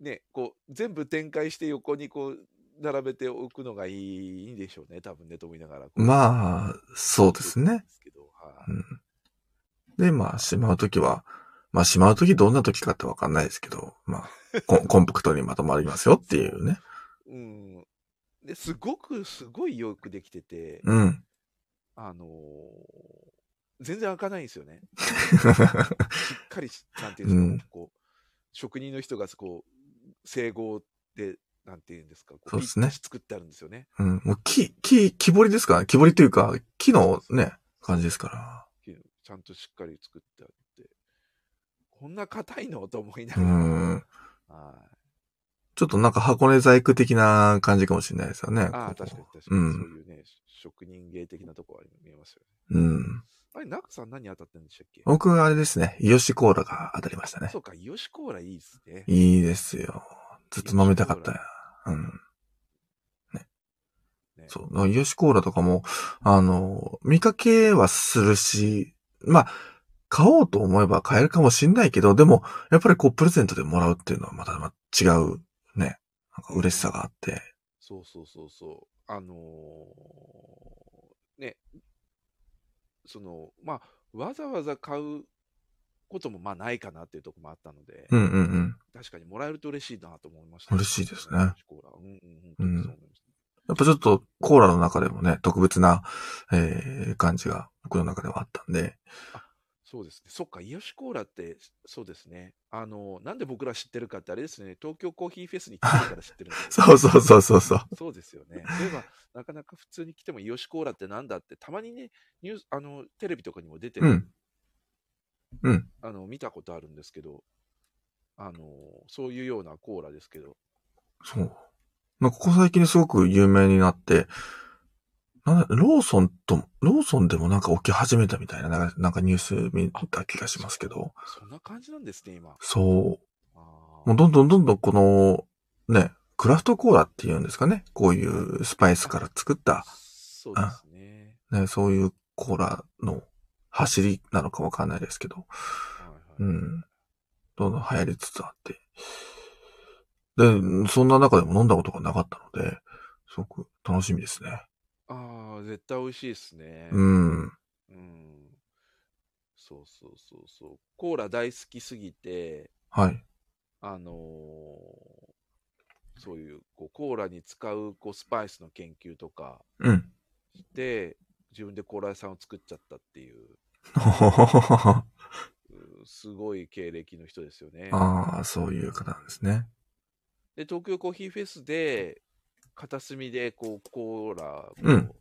[SPEAKER 2] う、ね、こう、全部展開して横にこう、並べておくのがいいんでしょうね、多分ね、と思いながら。あ、
[SPEAKER 1] まあ、そうですね。
[SPEAKER 2] ですけどは
[SPEAKER 1] う
[SPEAKER 2] い
[SPEAKER 1] ん、で、まあ、しまうときは、まあ、しまうときどんなときかってわかんないですけど、まあ、コン [laughs] コンパクトにまとまりますよっていうね。
[SPEAKER 2] うん。で、すごく、すごいよくできてて、
[SPEAKER 1] うん。 [laughs]
[SPEAKER 2] あのー全然開かないんですよね。しっかりし、なんていうんですか、こう、職人の人がこう、整合で、なんていうんですか、こ
[SPEAKER 1] そうですね
[SPEAKER 2] ピッと作ってあるんですよね。
[SPEAKER 1] うん。もう木、木、木彫りですか木彫りというか、木のね、感じですか
[SPEAKER 2] ちゃんとしっかり作ってあって。こんな硬いのと思いな
[SPEAKER 1] ら。う
[SPEAKER 2] がら。
[SPEAKER 1] ん。
[SPEAKER 2] はい
[SPEAKER 1] ちょっとなんか箱根細工的な感じかもしれないですよね。
[SPEAKER 2] あ
[SPEAKER 1] こ
[SPEAKER 2] あ、
[SPEAKER 1] こ
[SPEAKER 2] 確かに
[SPEAKER 1] う。
[SPEAKER 2] 確かに。そうんいうね、職人芸的なとこは見えますよね。
[SPEAKER 1] うん。
[SPEAKER 2] あれ、ナクさん何当たってんでしたっけ
[SPEAKER 1] 僕はあれですね、イヨシコーラが当たりましたね
[SPEAKER 2] そ。うか、イヨシコーラいいですね。
[SPEAKER 1] いいですよ。ずっと飲みたかった
[SPEAKER 2] イヨ
[SPEAKER 1] よ。うん。
[SPEAKER 2] ね
[SPEAKER 1] そう。だからイヨシコーラとかも、あの、見かけはするし、まあ、買おうと思えば買えるかもしんないけど、でも、やっぱりこう、プレゼントでもらうっていうのはまたまた違う、ね、なんか嬉しさがあって。
[SPEAKER 2] そうそうそうそう。あのーね、その、まあ、わざわざ買うこともまあないかなっていうところもあったので、
[SPEAKER 1] うんうんうん。
[SPEAKER 2] 確かにもらえると嬉しいなと思いました、
[SPEAKER 1] 嬉しいですね
[SPEAKER 2] イヨシコーラ。うんうん、本当にそう思いました。
[SPEAKER 1] やっぱちょっとコーラの中でもね、特別な、えー感じが僕の中ではあったんで。
[SPEAKER 2] そうですね。そっか、イヨシコーラって、そうですね。あのーなんで僕ら知ってるかって、あれですね、東京コーヒーフェスに来てから知ってるんです
[SPEAKER 1] [laughs]
[SPEAKER 2] よ
[SPEAKER 1] そうそうそうそうそう。
[SPEAKER 2] そうですよね。例えば、なかなか普通に来ても、イヨシコーラってなんだって、たまにね、ニュース、あの、テレビとかにも出てる、
[SPEAKER 1] うんうん
[SPEAKER 2] あの、見たことあるんですけど、あの、そういうようなコーラですけど、
[SPEAKER 1] そう。まあ、ここ最近すごく有名になって、なんだローソンとも、ローソンでもなんか起き始めたみたいな、なんかなんかニュース見た気がしますけど、
[SPEAKER 2] そんな感じなんですね、今。
[SPEAKER 1] そ
[SPEAKER 2] あ
[SPEAKER 1] う。もう
[SPEAKER 2] ー
[SPEAKER 1] どんどんどんどんこの、ね、クラフトコーラっていうんですかね。こういうスパイスから作った、
[SPEAKER 2] そうですね。
[SPEAKER 1] ね、そういうコーラの走りなのかわかんないですけど、
[SPEAKER 2] はいは
[SPEAKER 1] う
[SPEAKER 2] い。
[SPEAKER 1] ん。どんどん流行りつつあって。で、そんな中でも飲んだことがなかったので、すごく楽しみですね。
[SPEAKER 2] ああ、絶対美味しいですね。
[SPEAKER 1] うん。
[SPEAKER 2] うん。そうそうそうそう。コーラ大好きすぎて、
[SPEAKER 1] はい。
[SPEAKER 2] あのーそういうこうコーラに使うこうスパイスの研究とか
[SPEAKER 1] うん。 [laughs]
[SPEAKER 2] して自分でコーラ屋さんを作っちゃったっていう
[SPEAKER 1] あ
[SPEAKER 2] うんすごい経歴の人ですよね。
[SPEAKER 1] あ、そういう方なんですね。
[SPEAKER 2] で東京コーヒーフェスで片隅でこうコーラを
[SPEAKER 1] うん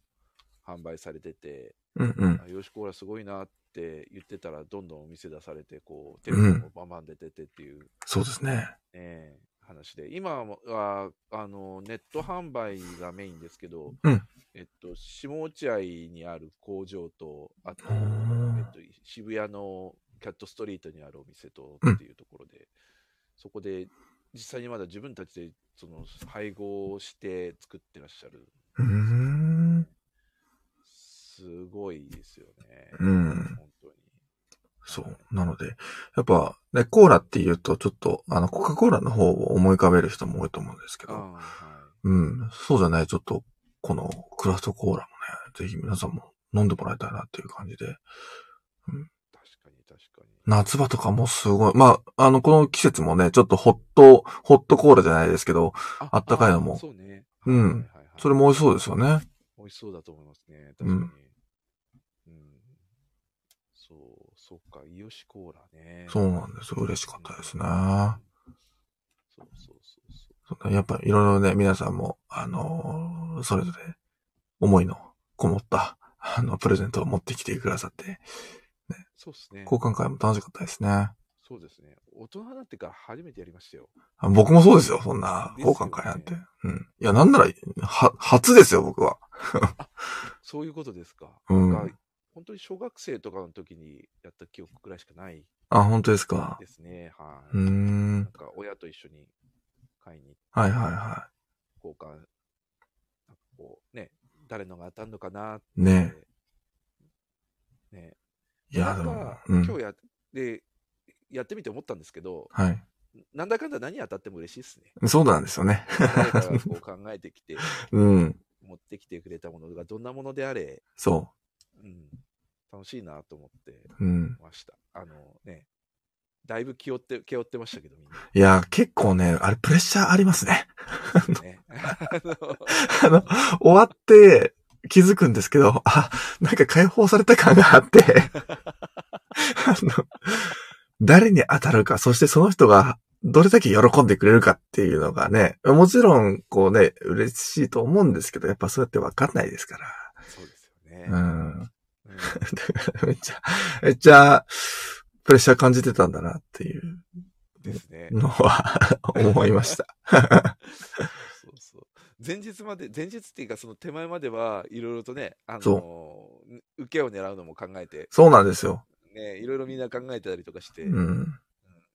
[SPEAKER 2] 販売されてて
[SPEAKER 1] うん
[SPEAKER 2] 「あよしコーラすごいな」って言ってたらどんどんお店出されてこうテレビもバンバン出ててっていう。
[SPEAKER 1] そうですね。
[SPEAKER 2] えー話で、今はあのネット販売がメインですけど、
[SPEAKER 1] うん
[SPEAKER 2] えっと、下落合にある工場と、あと、
[SPEAKER 1] おー
[SPEAKER 2] えっと、渋谷のキャットストリートにあるお店と
[SPEAKER 1] うん
[SPEAKER 2] っていうところで、そこで実際にまだ自分たちでその配合をして作ってらっしゃる、
[SPEAKER 1] うーん。
[SPEAKER 2] すごいですよね、
[SPEAKER 1] うん
[SPEAKER 2] 本当に。
[SPEAKER 1] そう。なので、やっぱ、ね、コーラって言うと、ちょっと、あの、コカ・コーラの方を思い浮かべる人も多いと思うんですけ
[SPEAKER 2] あ
[SPEAKER 1] ど、
[SPEAKER 2] ーはい
[SPEAKER 1] うん。そうじゃない、ちょっと、このクラフトコーラもね、ぜひ皆さんも飲んでもらいたいなっていう感じで、
[SPEAKER 2] 確かに確かに。
[SPEAKER 1] 夏場とかもすごい。まあ、あの、この季節もね、ちょっとホット、ホットコーラじゃないですけど、
[SPEAKER 2] あ
[SPEAKER 1] あったかいのも
[SPEAKER 2] あーそうね。
[SPEAKER 1] うん
[SPEAKER 2] はいはいはい
[SPEAKER 1] それも美味しそうですよね。
[SPEAKER 2] 美味しそうだと思いますね。
[SPEAKER 1] う
[SPEAKER 2] 確かに。
[SPEAKER 1] ん
[SPEAKER 2] うん。そう、そっか、イヨシコーラね。
[SPEAKER 1] そうなんですよ。嬉しかったですね。
[SPEAKER 2] そうそうそうそう。
[SPEAKER 1] やっぱいろいろね、皆さんも、あのーそれぞれ、思いのこもった、あの、プレゼントを持ってきてくださって、ね、
[SPEAKER 2] そうですね。
[SPEAKER 1] 交換会も楽しかったですね。
[SPEAKER 2] そうですね。大人になってから初めてやりましたよ。
[SPEAKER 1] あ僕もそうですよ、そんな
[SPEAKER 2] ですよ
[SPEAKER 1] 交
[SPEAKER 2] ね
[SPEAKER 1] 換会なんて。うん。いや、なんなら、は、初ですよ、僕は。
[SPEAKER 2] そういうことですか。
[SPEAKER 1] うん
[SPEAKER 2] なんか本当に小学生とかの時にやった記憶くらいしかない
[SPEAKER 1] あ、本当ですか。
[SPEAKER 2] ですね。は
[SPEAKER 1] うー
[SPEAKER 2] い。なん
[SPEAKER 1] ん。
[SPEAKER 2] か親と一緒に買いに
[SPEAKER 1] はいはいは
[SPEAKER 2] 交換、なんかこうね、誰のが当たるのかなって。
[SPEAKER 1] い。ねえ。
[SPEAKER 2] ね
[SPEAKER 1] いや、
[SPEAKER 2] な
[SPEAKER 1] で
[SPEAKER 2] んか
[SPEAKER 1] も、うん。
[SPEAKER 2] 今日やっでやってみて思ったんですけど、
[SPEAKER 1] はい。
[SPEAKER 2] なんだかんだ何当たっても嬉しい
[SPEAKER 1] [laughs]
[SPEAKER 2] ですね。
[SPEAKER 1] そうなんですよね。
[SPEAKER 2] 誰かがこう考えてきて、
[SPEAKER 1] うん。
[SPEAKER 2] 持ってきてくれたものがどんなものであれ、
[SPEAKER 1] そ
[SPEAKER 2] うん、楽しいなと思って
[SPEAKER 1] う。うん。
[SPEAKER 2] ました。あのね、だいぶ気負って、気負ってましたけど、み
[SPEAKER 1] [laughs]
[SPEAKER 2] んな。
[SPEAKER 1] いや、結構ね、あれプレッシャーありますね。
[SPEAKER 2] ね、 [laughs] あの
[SPEAKER 1] あの、終わって気づくんですけど、あ、なんか解放された感があって、あの、誰に当たるか、そしてその人がどれだけ喜んでくれるかっていうのがね、もちろん、こうね、嬉しいと思うんですけど、やっぱそうやってわかんないですから。
[SPEAKER 2] そうですよね。
[SPEAKER 1] うん。 [laughs]
[SPEAKER 2] うん
[SPEAKER 1] だからめっちゃ、めっちゃ、プレッシャー感じてたんだなっていう
[SPEAKER 2] ですね。
[SPEAKER 1] のは [laughs] 思いました。
[SPEAKER 2] そうそう。前日まで、前日っていうか、その手前まではいろいろとね、あの受けを狙うのも考えて、
[SPEAKER 1] そうなんですよ。
[SPEAKER 2] ね、いろいろみんな考えたりとかして、
[SPEAKER 1] うん。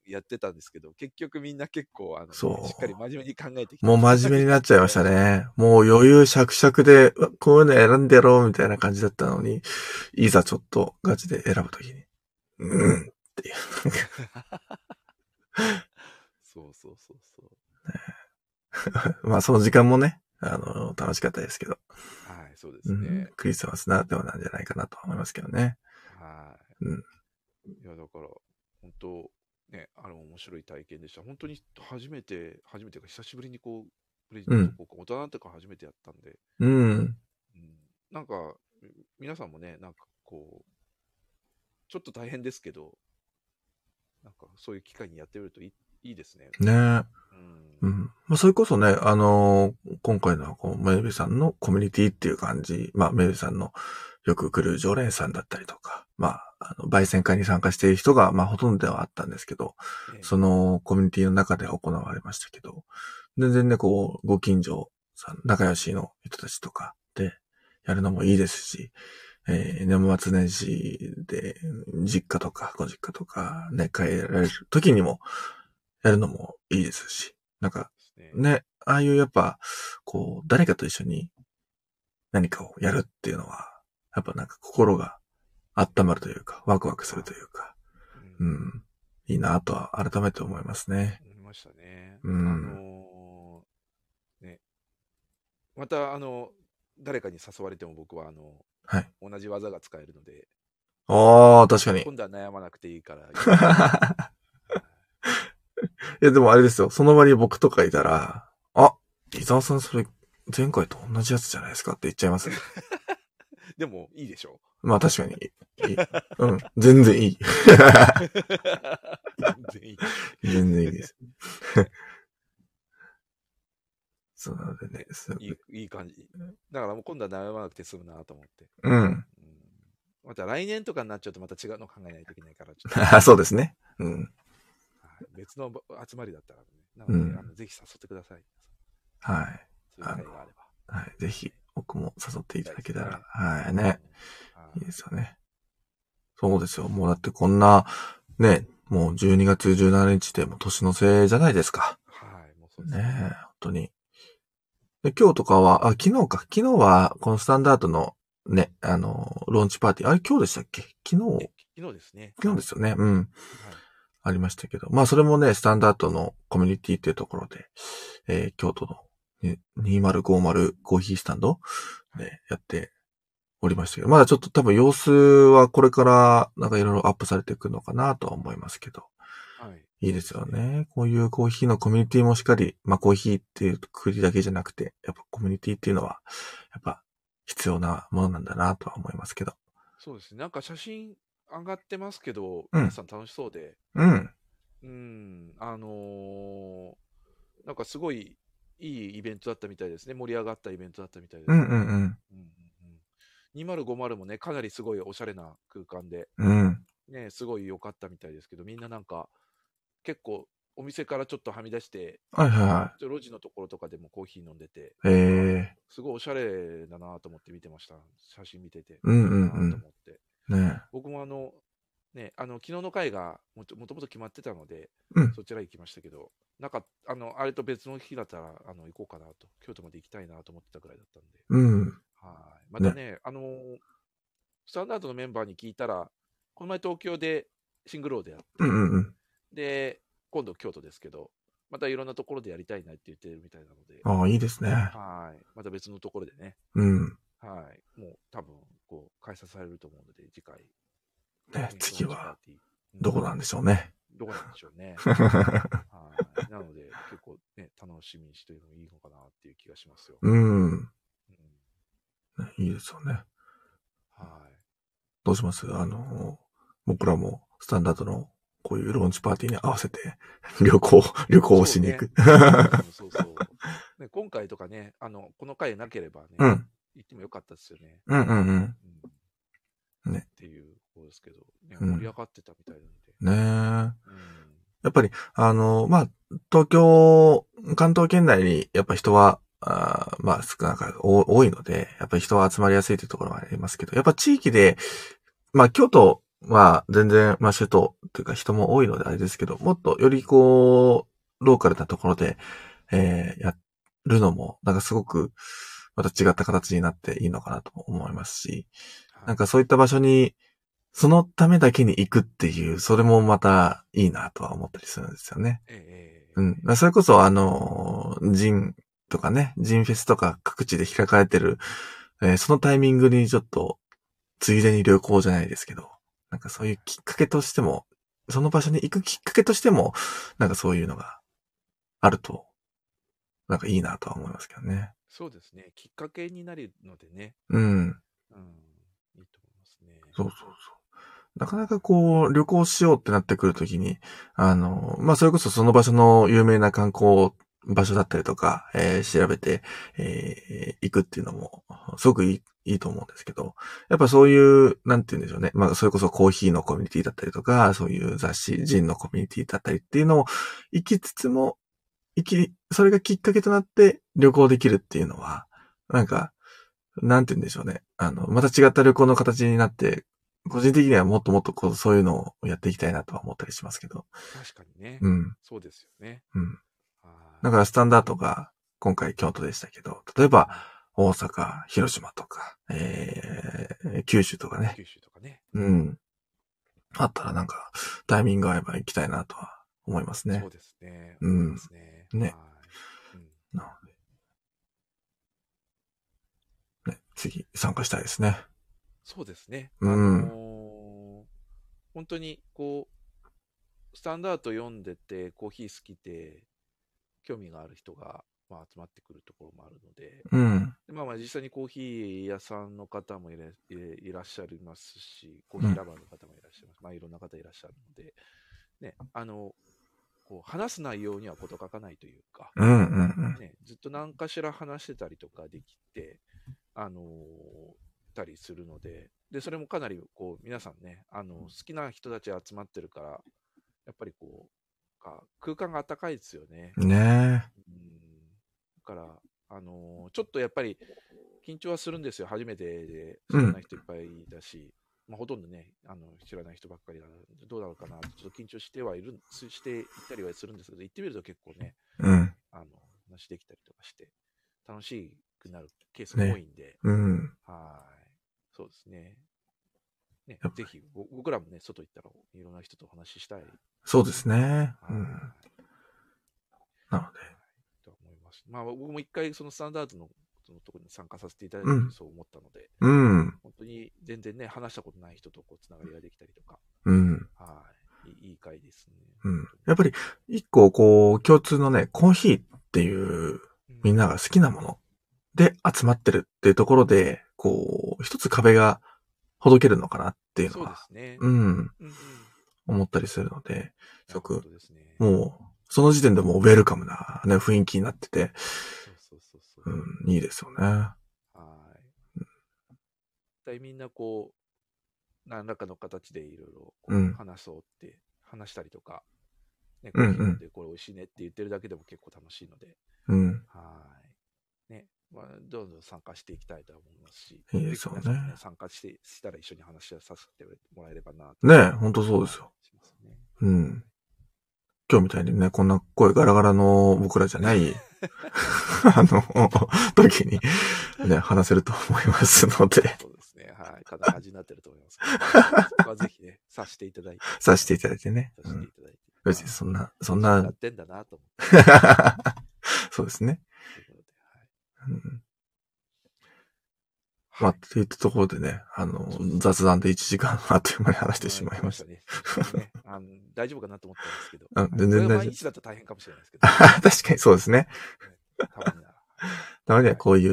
[SPEAKER 2] やってたんですけど、結局みんな結構、あの、
[SPEAKER 1] そう
[SPEAKER 2] しっかり真面目に考えてきて。
[SPEAKER 1] もう真面目になっちゃいましたね。もう余裕しゃくしゃくで、うわこういうの選んでやろうみたいな感じだったのに、いざちょっとガチで選ぶときに、うんっていう。
[SPEAKER 2] そうそうそうそう。
[SPEAKER 1] まあその時間もね、あの、楽しかったですけど、
[SPEAKER 2] はい、そうで
[SPEAKER 1] う
[SPEAKER 2] すね。
[SPEAKER 1] ん、クリスマスならではなんじゃないかなと思いますけどね。
[SPEAKER 2] はい。
[SPEAKER 1] うん
[SPEAKER 2] いや、だから、本当、ね、あの、面白い体験でした。本当に初めて、初めてか、久しぶりにこう、プレジデント交換、大人になってから初めてやったんで、
[SPEAKER 1] うん。
[SPEAKER 2] うん、なんか、み皆さんもね、なんかこう、ちょっと大変ですけど、なんかそういう機会にやってみるといいいいですね。
[SPEAKER 1] ねえ。
[SPEAKER 2] うん
[SPEAKER 1] うん。まあそれこそね、あの今回のはこう、メイビさんのコミュニティっていう感じ、まあメイビさんのよく来る常連さんだったりとか、まあ、あの、焙煎会に参加している人が、まあほとんどではあったんですけど、
[SPEAKER 2] ええ
[SPEAKER 1] そのコミュニティの中で行われましたけど、全然ね、こう、ご近所さん、仲良しの人たちとかでやるのもいいですし、えー年末年始で、実家とか、ご実家とか、ね、帰られる時にも、やるのもいいですし、なんか、
[SPEAKER 2] ですね
[SPEAKER 1] ね、ああいうやっぱ、こう、誰かと一緒に何かをやるっていうのは、やっぱなんか心が温まるというか、ワクワクするというか、
[SPEAKER 2] う
[SPEAKER 1] うんん、いいなとは改めて思いますね。
[SPEAKER 2] 思いましたね。
[SPEAKER 1] うん
[SPEAKER 2] あのーね、また、あの、誰かに誘われても僕は、あの、
[SPEAKER 1] はい。
[SPEAKER 2] 同じ技が使えるので、
[SPEAKER 1] ああ、確かに。 [laughs]
[SPEAKER 2] 今度は悩まなくていいから、
[SPEAKER 1] いや、でもあれですよ。その場に僕とかいたら、あ、伊沢さんそれ、前回と同じやつじゃないですかって言っちゃいますね。 [laughs]
[SPEAKER 2] でもいいでしょ
[SPEAKER 1] まあ確かに。いいうん。全然い [laughs] い。
[SPEAKER 2] 全然いい。
[SPEAKER 1] 全然いいです。 [laughs] そうなのでね。そう
[SPEAKER 2] いいいい感じ。だからもう今度は悩まなくて済むなと思って。
[SPEAKER 1] うん。
[SPEAKER 2] うんまた来年とかになっちゃうとまた違うの考えないといけないから、ちょっ
[SPEAKER 1] [laughs] [laughs]
[SPEAKER 2] と
[SPEAKER 1] あそうですね。うん。
[SPEAKER 2] はい別のば集まりだったらね。なので、
[SPEAKER 1] うん
[SPEAKER 2] あのぜひ誘ってください。
[SPEAKER 1] はい。
[SPEAKER 2] そういう会があれば。
[SPEAKER 1] はい。ぜひ、僕も誘っていただけたら。はい。ね。
[SPEAKER 2] はい
[SPEAKER 1] いですよね。そうですよ。もうだってこんな、ね、もう12月17日でもう年のせいじゃないですか。
[SPEAKER 2] はい、もうそうです
[SPEAKER 1] ねえ、本当に。で、今日とかは、あ、昨日か。昨日は、このスタンダードのね、あの、ローンチパーティー。あれ今日でしたっけ昨日
[SPEAKER 2] え昨日ですね。
[SPEAKER 1] 昨日ですよね。うん。
[SPEAKER 2] はい
[SPEAKER 1] ありましたけど。まあ、それもね、スタンダードのコミュニティっていうところで、えー京都のね2050コーヒースタンドでやっておりましたけど、まだちょっと多分様子はこれからなんかいろいろアップされていくのかなとは思いますけど。
[SPEAKER 2] はい。
[SPEAKER 1] いいですよね。こういうコーヒーのコミュニティもしっかり、まあコーヒーっていうくりだけじゃなくて、やっぱコミュニティっていうのは、やっぱ必要なものなんだなとは思いますけど。
[SPEAKER 2] そうですね。なんか写真上がってますけど、
[SPEAKER 1] うん
[SPEAKER 2] 皆さん楽しそうで、
[SPEAKER 1] うん。
[SPEAKER 2] うん、あのーなんかすごいいいイベントだったみたいですね。盛り上がったイベントだったみたいです。
[SPEAKER 1] うんうん
[SPEAKER 2] うんうんうん2050もね、かなりすごいおしゃれな空間で、
[SPEAKER 1] うん。うん。
[SPEAKER 2] ね、すごい良かったみたいですけど、みんななんか、結構、お店からちょっとはみ出して、
[SPEAKER 1] はいはいは
[SPEAKER 2] ちょ路地のところとかでもコーヒー飲んでて、
[SPEAKER 1] い。え
[SPEAKER 2] すごいおしゃれだなと思って見てました。写真見てて。
[SPEAKER 1] うんうんうん
[SPEAKER 2] いいなと思って。
[SPEAKER 1] えね
[SPEAKER 2] 僕もあの、ね、あの、昨日の回がもともともと決まってたので、
[SPEAKER 1] うん
[SPEAKER 2] そちら行きましたけど、なんか、あの、あれと別の日だったら、あの、行こうかなと、京都まで行きたいなと思ってたぐらいだったんで、
[SPEAKER 1] うん。
[SPEAKER 2] はい。またね、あのー、スタンダードのメンバーに聞いたら、この前東京でシングルオーでやって、
[SPEAKER 1] うんうんうん。
[SPEAKER 2] で、今度京都ですけど、またいろんなところでやりたいなって言ってるみたいなので、
[SPEAKER 1] ああ、いいですね。
[SPEAKER 2] はい。また別のところでね、
[SPEAKER 1] うん。
[SPEAKER 2] はい。もう多分、こう、開催されると思うので、次回。
[SPEAKER 1] ね
[SPEAKER 2] 検、討
[SPEAKER 1] 次
[SPEAKER 2] パー
[SPEAKER 1] は、
[SPEAKER 2] ティー
[SPEAKER 1] どこなんでしょう
[SPEAKER 2] [laughs]
[SPEAKER 1] ね。
[SPEAKER 2] どこなんでしょ
[SPEAKER 1] [laughs]
[SPEAKER 2] うね。はい。なので、結構ね、楽しみにしてるのもいいのかなっていう気がしますよ。
[SPEAKER 1] うん。
[SPEAKER 2] うん
[SPEAKER 1] ねいいですよね。
[SPEAKER 2] はい。
[SPEAKER 1] どうしますあの、僕らもスタンダードのこういうローンチパーティーに合わせて旅行、旅行をしに行く。
[SPEAKER 2] そうねそうそう。ね、今回とかね、あの、この回なければね、
[SPEAKER 1] [laughs] うん。
[SPEAKER 2] 行ってもよかったですよね。
[SPEAKER 1] うんうん
[SPEAKER 2] うん。
[SPEAKER 1] ね
[SPEAKER 2] っていうことですけど、ね、
[SPEAKER 1] うん
[SPEAKER 2] 盛り上がってたみたいなんで。
[SPEAKER 1] うん。ねえ。
[SPEAKER 2] うん。
[SPEAKER 1] やっぱり、あの、まあ、東京、関東圏内に、やっぱ人は、あーまあ、少なかお多いので、やっぱり人は集まりやすいというところはありますけど、やっぱ地域で、まあ、京都は全然、まあ、首都というか人も多いのであれですけど、もっとよりこう、ローカルなところで、えーやるのも、なんかすごく、また違った形になっていいのかなとも思いますし、
[SPEAKER 2] はい
[SPEAKER 1] なんかそういった場所に、そのためだけに行くっていう、それもまたいいなとは思ったりするんですよね。
[SPEAKER 2] ええええ
[SPEAKER 1] うん。まあそれこそ、あのー、ジンとかね、ジンフェスとか各地で開かれてる、えーそのタイミングにちょっと、ついでに旅行じゃないですけど、なんかそういうきっかけとしても、その場所に行くきっかけとしても、なんかそういうのがあると、なんかいいなとは思いますけどね。
[SPEAKER 2] そうですね。きっかけになるのでね。
[SPEAKER 1] うん。
[SPEAKER 2] うん。いいと思いますね。
[SPEAKER 1] そうそうそう。なかなかこう、旅行しようってなってくるときに、あの、まあ、それこそその場所の有名な観光場所だったりとか、えー調べて、えー行くっていうのも、すごくいい、いいと思うんですけど、やっぱそういう、なんて言うんでしょうね。まあ、それこそコーヒーのコミュニティだったりとか、そういう雑誌、人のコミュニティだったりっていうのを、行きつつも、行き、それがきっかけとなって旅行できるっていうのは、なんか、なんて言うんでしょうね。あの、また違った旅行の形になって、個人的にはもっともっとこう、そういうのをやっていきたいなとは思ったりしますけど。
[SPEAKER 2] 確かにね。
[SPEAKER 1] うん。
[SPEAKER 2] そうですよね。
[SPEAKER 1] うん。
[SPEAKER 2] はい
[SPEAKER 1] だからスタンダードが今回京都でしたけど、例えば大阪、広島とか、えー、九州とかね。
[SPEAKER 2] 九州とかね。
[SPEAKER 1] うん。あったらなんか、タイミング合えば行きたいなとは思いますね
[SPEAKER 2] そう。ですね。
[SPEAKER 1] うん
[SPEAKER 2] 思いますね。
[SPEAKER 1] ね
[SPEAKER 2] はい。うん
[SPEAKER 1] なので。ね、次、参加したいですね。
[SPEAKER 2] そうですね。
[SPEAKER 1] うん
[SPEAKER 2] あのー本当にこう、スタンダード読んでて、コーヒー好きで、興味がある人が、まあ、集まってくるところもあるので、
[SPEAKER 1] うん。
[SPEAKER 2] でまあまあ実際にコーヒー屋さんの方もいらいいらっしゃいますし、コーヒーラバーの方もいらっしゃいます。まあいろんな方いらっしゃるので、ね、あの、こう話す内容には事欠かないというか、
[SPEAKER 1] うんうんうん。
[SPEAKER 2] ね、ずっと何かしら話してたりとかできて、あのーたりするので、で、それもかなり、こう、皆さんね、あの好きな人たち集まってるから、やっぱりこう、か空間が暖かいですよね。
[SPEAKER 1] ね
[SPEAKER 2] うんだから、あのーちょっとやっぱり緊張はするんですよ、初めてで、知
[SPEAKER 1] うん
[SPEAKER 2] らない人いっぱいだし、まあ、ほとんどねあの、知らない人ばっかりなので、どうなるかなって、ちょっと緊張してはいるん、すしていったりはするんですけど、行ってみると結構ね、
[SPEAKER 1] うん。
[SPEAKER 2] あの話できたりとかして、楽しくなるケースが多いんで、
[SPEAKER 1] うん。
[SPEAKER 2] はーい、そうですね。ね
[SPEAKER 1] やっぱ、
[SPEAKER 2] ぜひ、ぼ僕らもね、外行ったらいろんな人とお話ししたい、
[SPEAKER 1] そうですね。う
[SPEAKER 2] はい
[SPEAKER 1] ん。なので。
[SPEAKER 2] とは思います。まあ、僕も一回、そのスタンダードのそのところに参加させていただいて、
[SPEAKER 1] うん
[SPEAKER 2] そう思ったので、
[SPEAKER 1] うん。
[SPEAKER 2] 本当に全然ね、話したことない人とこうつながりができたりとか、
[SPEAKER 1] うん。
[SPEAKER 2] はい、いいいい回ですね。
[SPEAKER 1] うん。やっぱり、一個こう、共通のね、コーヒーっていう、
[SPEAKER 2] うん
[SPEAKER 1] みんなが好きなもので集まってるっていうところで、こう、一つ壁がほどけるのかなっていう
[SPEAKER 2] そ
[SPEAKER 1] の
[SPEAKER 2] うで
[SPEAKER 1] は、
[SPEAKER 2] すね。
[SPEAKER 1] うん、
[SPEAKER 2] うんうん
[SPEAKER 1] 思ったりするので、すご
[SPEAKER 2] 本
[SPEAKER 1] く
[SPEAKER 2] 当ですね。
[SPEAKER 1] もう、その時点でもうウェルカムな、ね、雰囲気になってて、
[SPEAKER 2] そうそうそうそう。
[SPEAKER 1] うん、いいですよね。
[SPEAKER 2] はい。絶対みんなこう、何らかの形でいろいろこ
[SPEAKER 1] うん
[SPEAKER 2] う話そうって、話したりとか、ね、コーヒー飲んでこれ美味しいねって言ってるだけでも結構楽しいので、
[SPEAKER 1] うん。
[SPEAKER 2] はーい。ね。まあ、どんどん参加していきたいとは思いますし、
[SPEAKER 1] いいですよね
[SPEAKER 2] 皆さんも参加してしたら一緒に話をさせてもらえればなと
[SPEAKER 1] ねえほんとそうですよ。
[SPEAKER 2] しますね
[SPEAKER 1] うん。今日みたいにね、こんな声ガラガラの僕らじゃ
[SPEAKER 2] [laughs]
[SPEAKER 1] ない、あの、時に、ね、話せると思いますので、
[SPEAKER 2] そうですね。はい。かなり味になってると思いますけ
[SPEAKER 1] [laughs]
[SPEAKER 2] ど。そこはぜひね、さしていただいて。
[SPEAKER 1] させていただいてね。
[SPEAKER 2] さ
[SPEAKER 1] う
[SPEAKER 2] せてい
[SPEAKER 1] ん。
[SPEAKER 2] ただいて。
[SPEAKER 1] 別にそんな、そん
[SPEAKER 2] や
[SPEAKER 1] な
[SPEAKER 2] っ、てんだなと思って。
[SPEAKER 1] [laughs] そうですね。
[SPEAKER 2] ということではい
[SPEAKER 1] うん
[SPEAKER 2] はい
[SPEAKER 1] まあ、っていったところでね、あの、雑談で1時間あっという間に話してしまいました。
[SPEAKER 2] ね。ねあの
[SPEAKER 1] [laughs]。
[SPEAKER 2] 大丈夫かなと思ったんですけど
[SPEAKER 1] あ全然
[SPEAKER 2] これ
[SPEAKER 1] 大
[SPEAKER 2] は
[SPEAKER 1] 丈夫
[SPEAKER 2] 毎日だと大変かもしれないですけ
[SPEAKER 1] [laughs]
[SPEAKER 2] ど。
[SPEAKER 1] 確かにそうですね。
[SPEAKER 2] たまには
[SPEAKER 1] たまにはこうい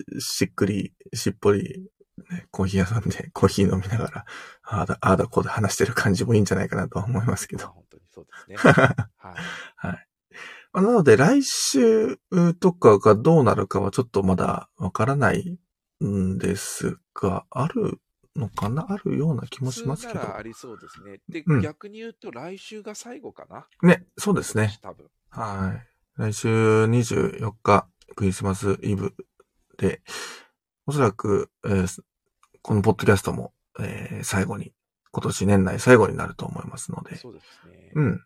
[SPEAKER 1] う、しっくり、しっぽり、ね、コーヒー屋さんでコーヒー飲みながら、ああだ、ああだこうだ話してる感じもいいんじゃないかなとは思いますけ
[SPEAKER 2] まあ
[SPEAKER 1] ど。
[SPEAKER 2] 本当にそうですね。はい。
[SPEAKER 1] あなので来週とかがどうなるかはちょっとまだわからないんですが、あるのかなあるような [laughs] 気もしますけ
[SPEAKER 2] 普通
[SPEAKER 1] ど
[SPEAKER 2] な。らありそうですね。で、
[SPEAKER 1] うん
[SPEAKER 2] 逆に言うと来週が最後かな。
[SPEAKER 1] ね、そうですね。
[SPEAKER 2] 今年多分。
[SPEAKER 1] はい。来週24日、クリスマスイブで、おそらく、えーすこのポッドキャストも、えー最後に、今年年内最後になると思いますので、
[SPEAKER 2] そうですね。
[SPEAKER 1] うん。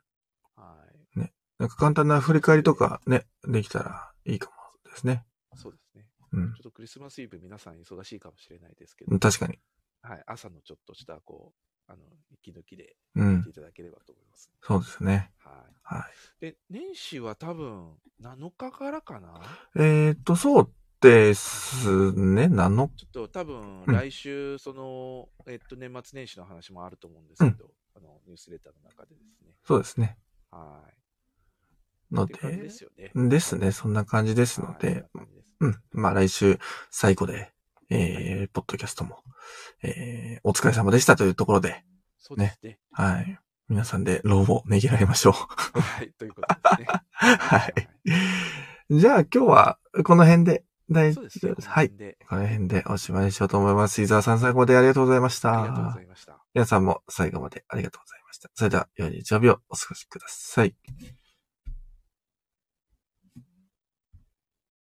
[SPEAKER 2] はい。
[SPEAKER 1] なんか簡単な振り返りとかね、できたらいいかもですね。
[SPEAKER 2] そうですね。
[SPEAKER 1] うん
[SPEAKER 2] ちょっとクリスマスイブ皆さん忙しいかもしれないですけど、
[SPEAKER 1] 確かに。
[SPEAKER 2] はい、朝のちょっとした、こう、あの、息抜きで
[SPEAKER 1] う
[SPEAKER 2] 見て
[SPEAKER 1] ん。
[SPEAKER 2] いただければと思います。
[SPEAKER 1] そうですね。
[SPEAKER 2] はい。
[SPEAKER 1] はい。
[SPEAKER 2] で、年始は多分、7日からかな
[SPEAKER 1] えっと、そうですね。7
[SPEAKER 2] ちょっと多分、
[SPEAKER 1] うん
[SPEAKER 2] 来週、その、えっと、年末年始の話もあると思うんですけど、あの、ニュースレターの中でですね。
[SPEAKER 1] そうですね。
[SPEAKER 2] は
[SPEAKER 1] の
[SPEAKER 2] い。って感じ
[SPEAKER 1] で
[SPEAKER 2] で、すよね。
[SPEAKER 1] ですね。そんな感じですの
[SPEAKER 2] はい
[SPEAKER 1] で、
[SPEAKER 2] そんな感じです
[SPEAKER 1] うん。まあ来週最後で、えー、ポッドキャストも、えー、お疲れ様でしたというところで、
[SPEAKER 2] そうですね。
[SPEAKER 1] はい。皆さんで労をねぎらいましょう。
[SPEAKER 2] はい、ということですね。
[SPEAKER 1] [laughs] はい。 [laughs] じゃあ今日はこの辺で、
[SPEAKER 2] はい
[SPEAKER 1] 大
[SPEAKER 2] そうですね。
[SPEAKER 1] はい。
[SPEAKER 2] この辺で
[SPEAKER 1] この辺でおしまいにしようと思います。伊沢さん最後までありがとうございまし
[SPEAKER 2] ありがとうご
[SPEAKER 1] た
[SPEAKER 2] ざ。いました。
[SPEAKER 1] 皆さんも最後までありがとうございました。それでは、良い日曜日をお過ごしください。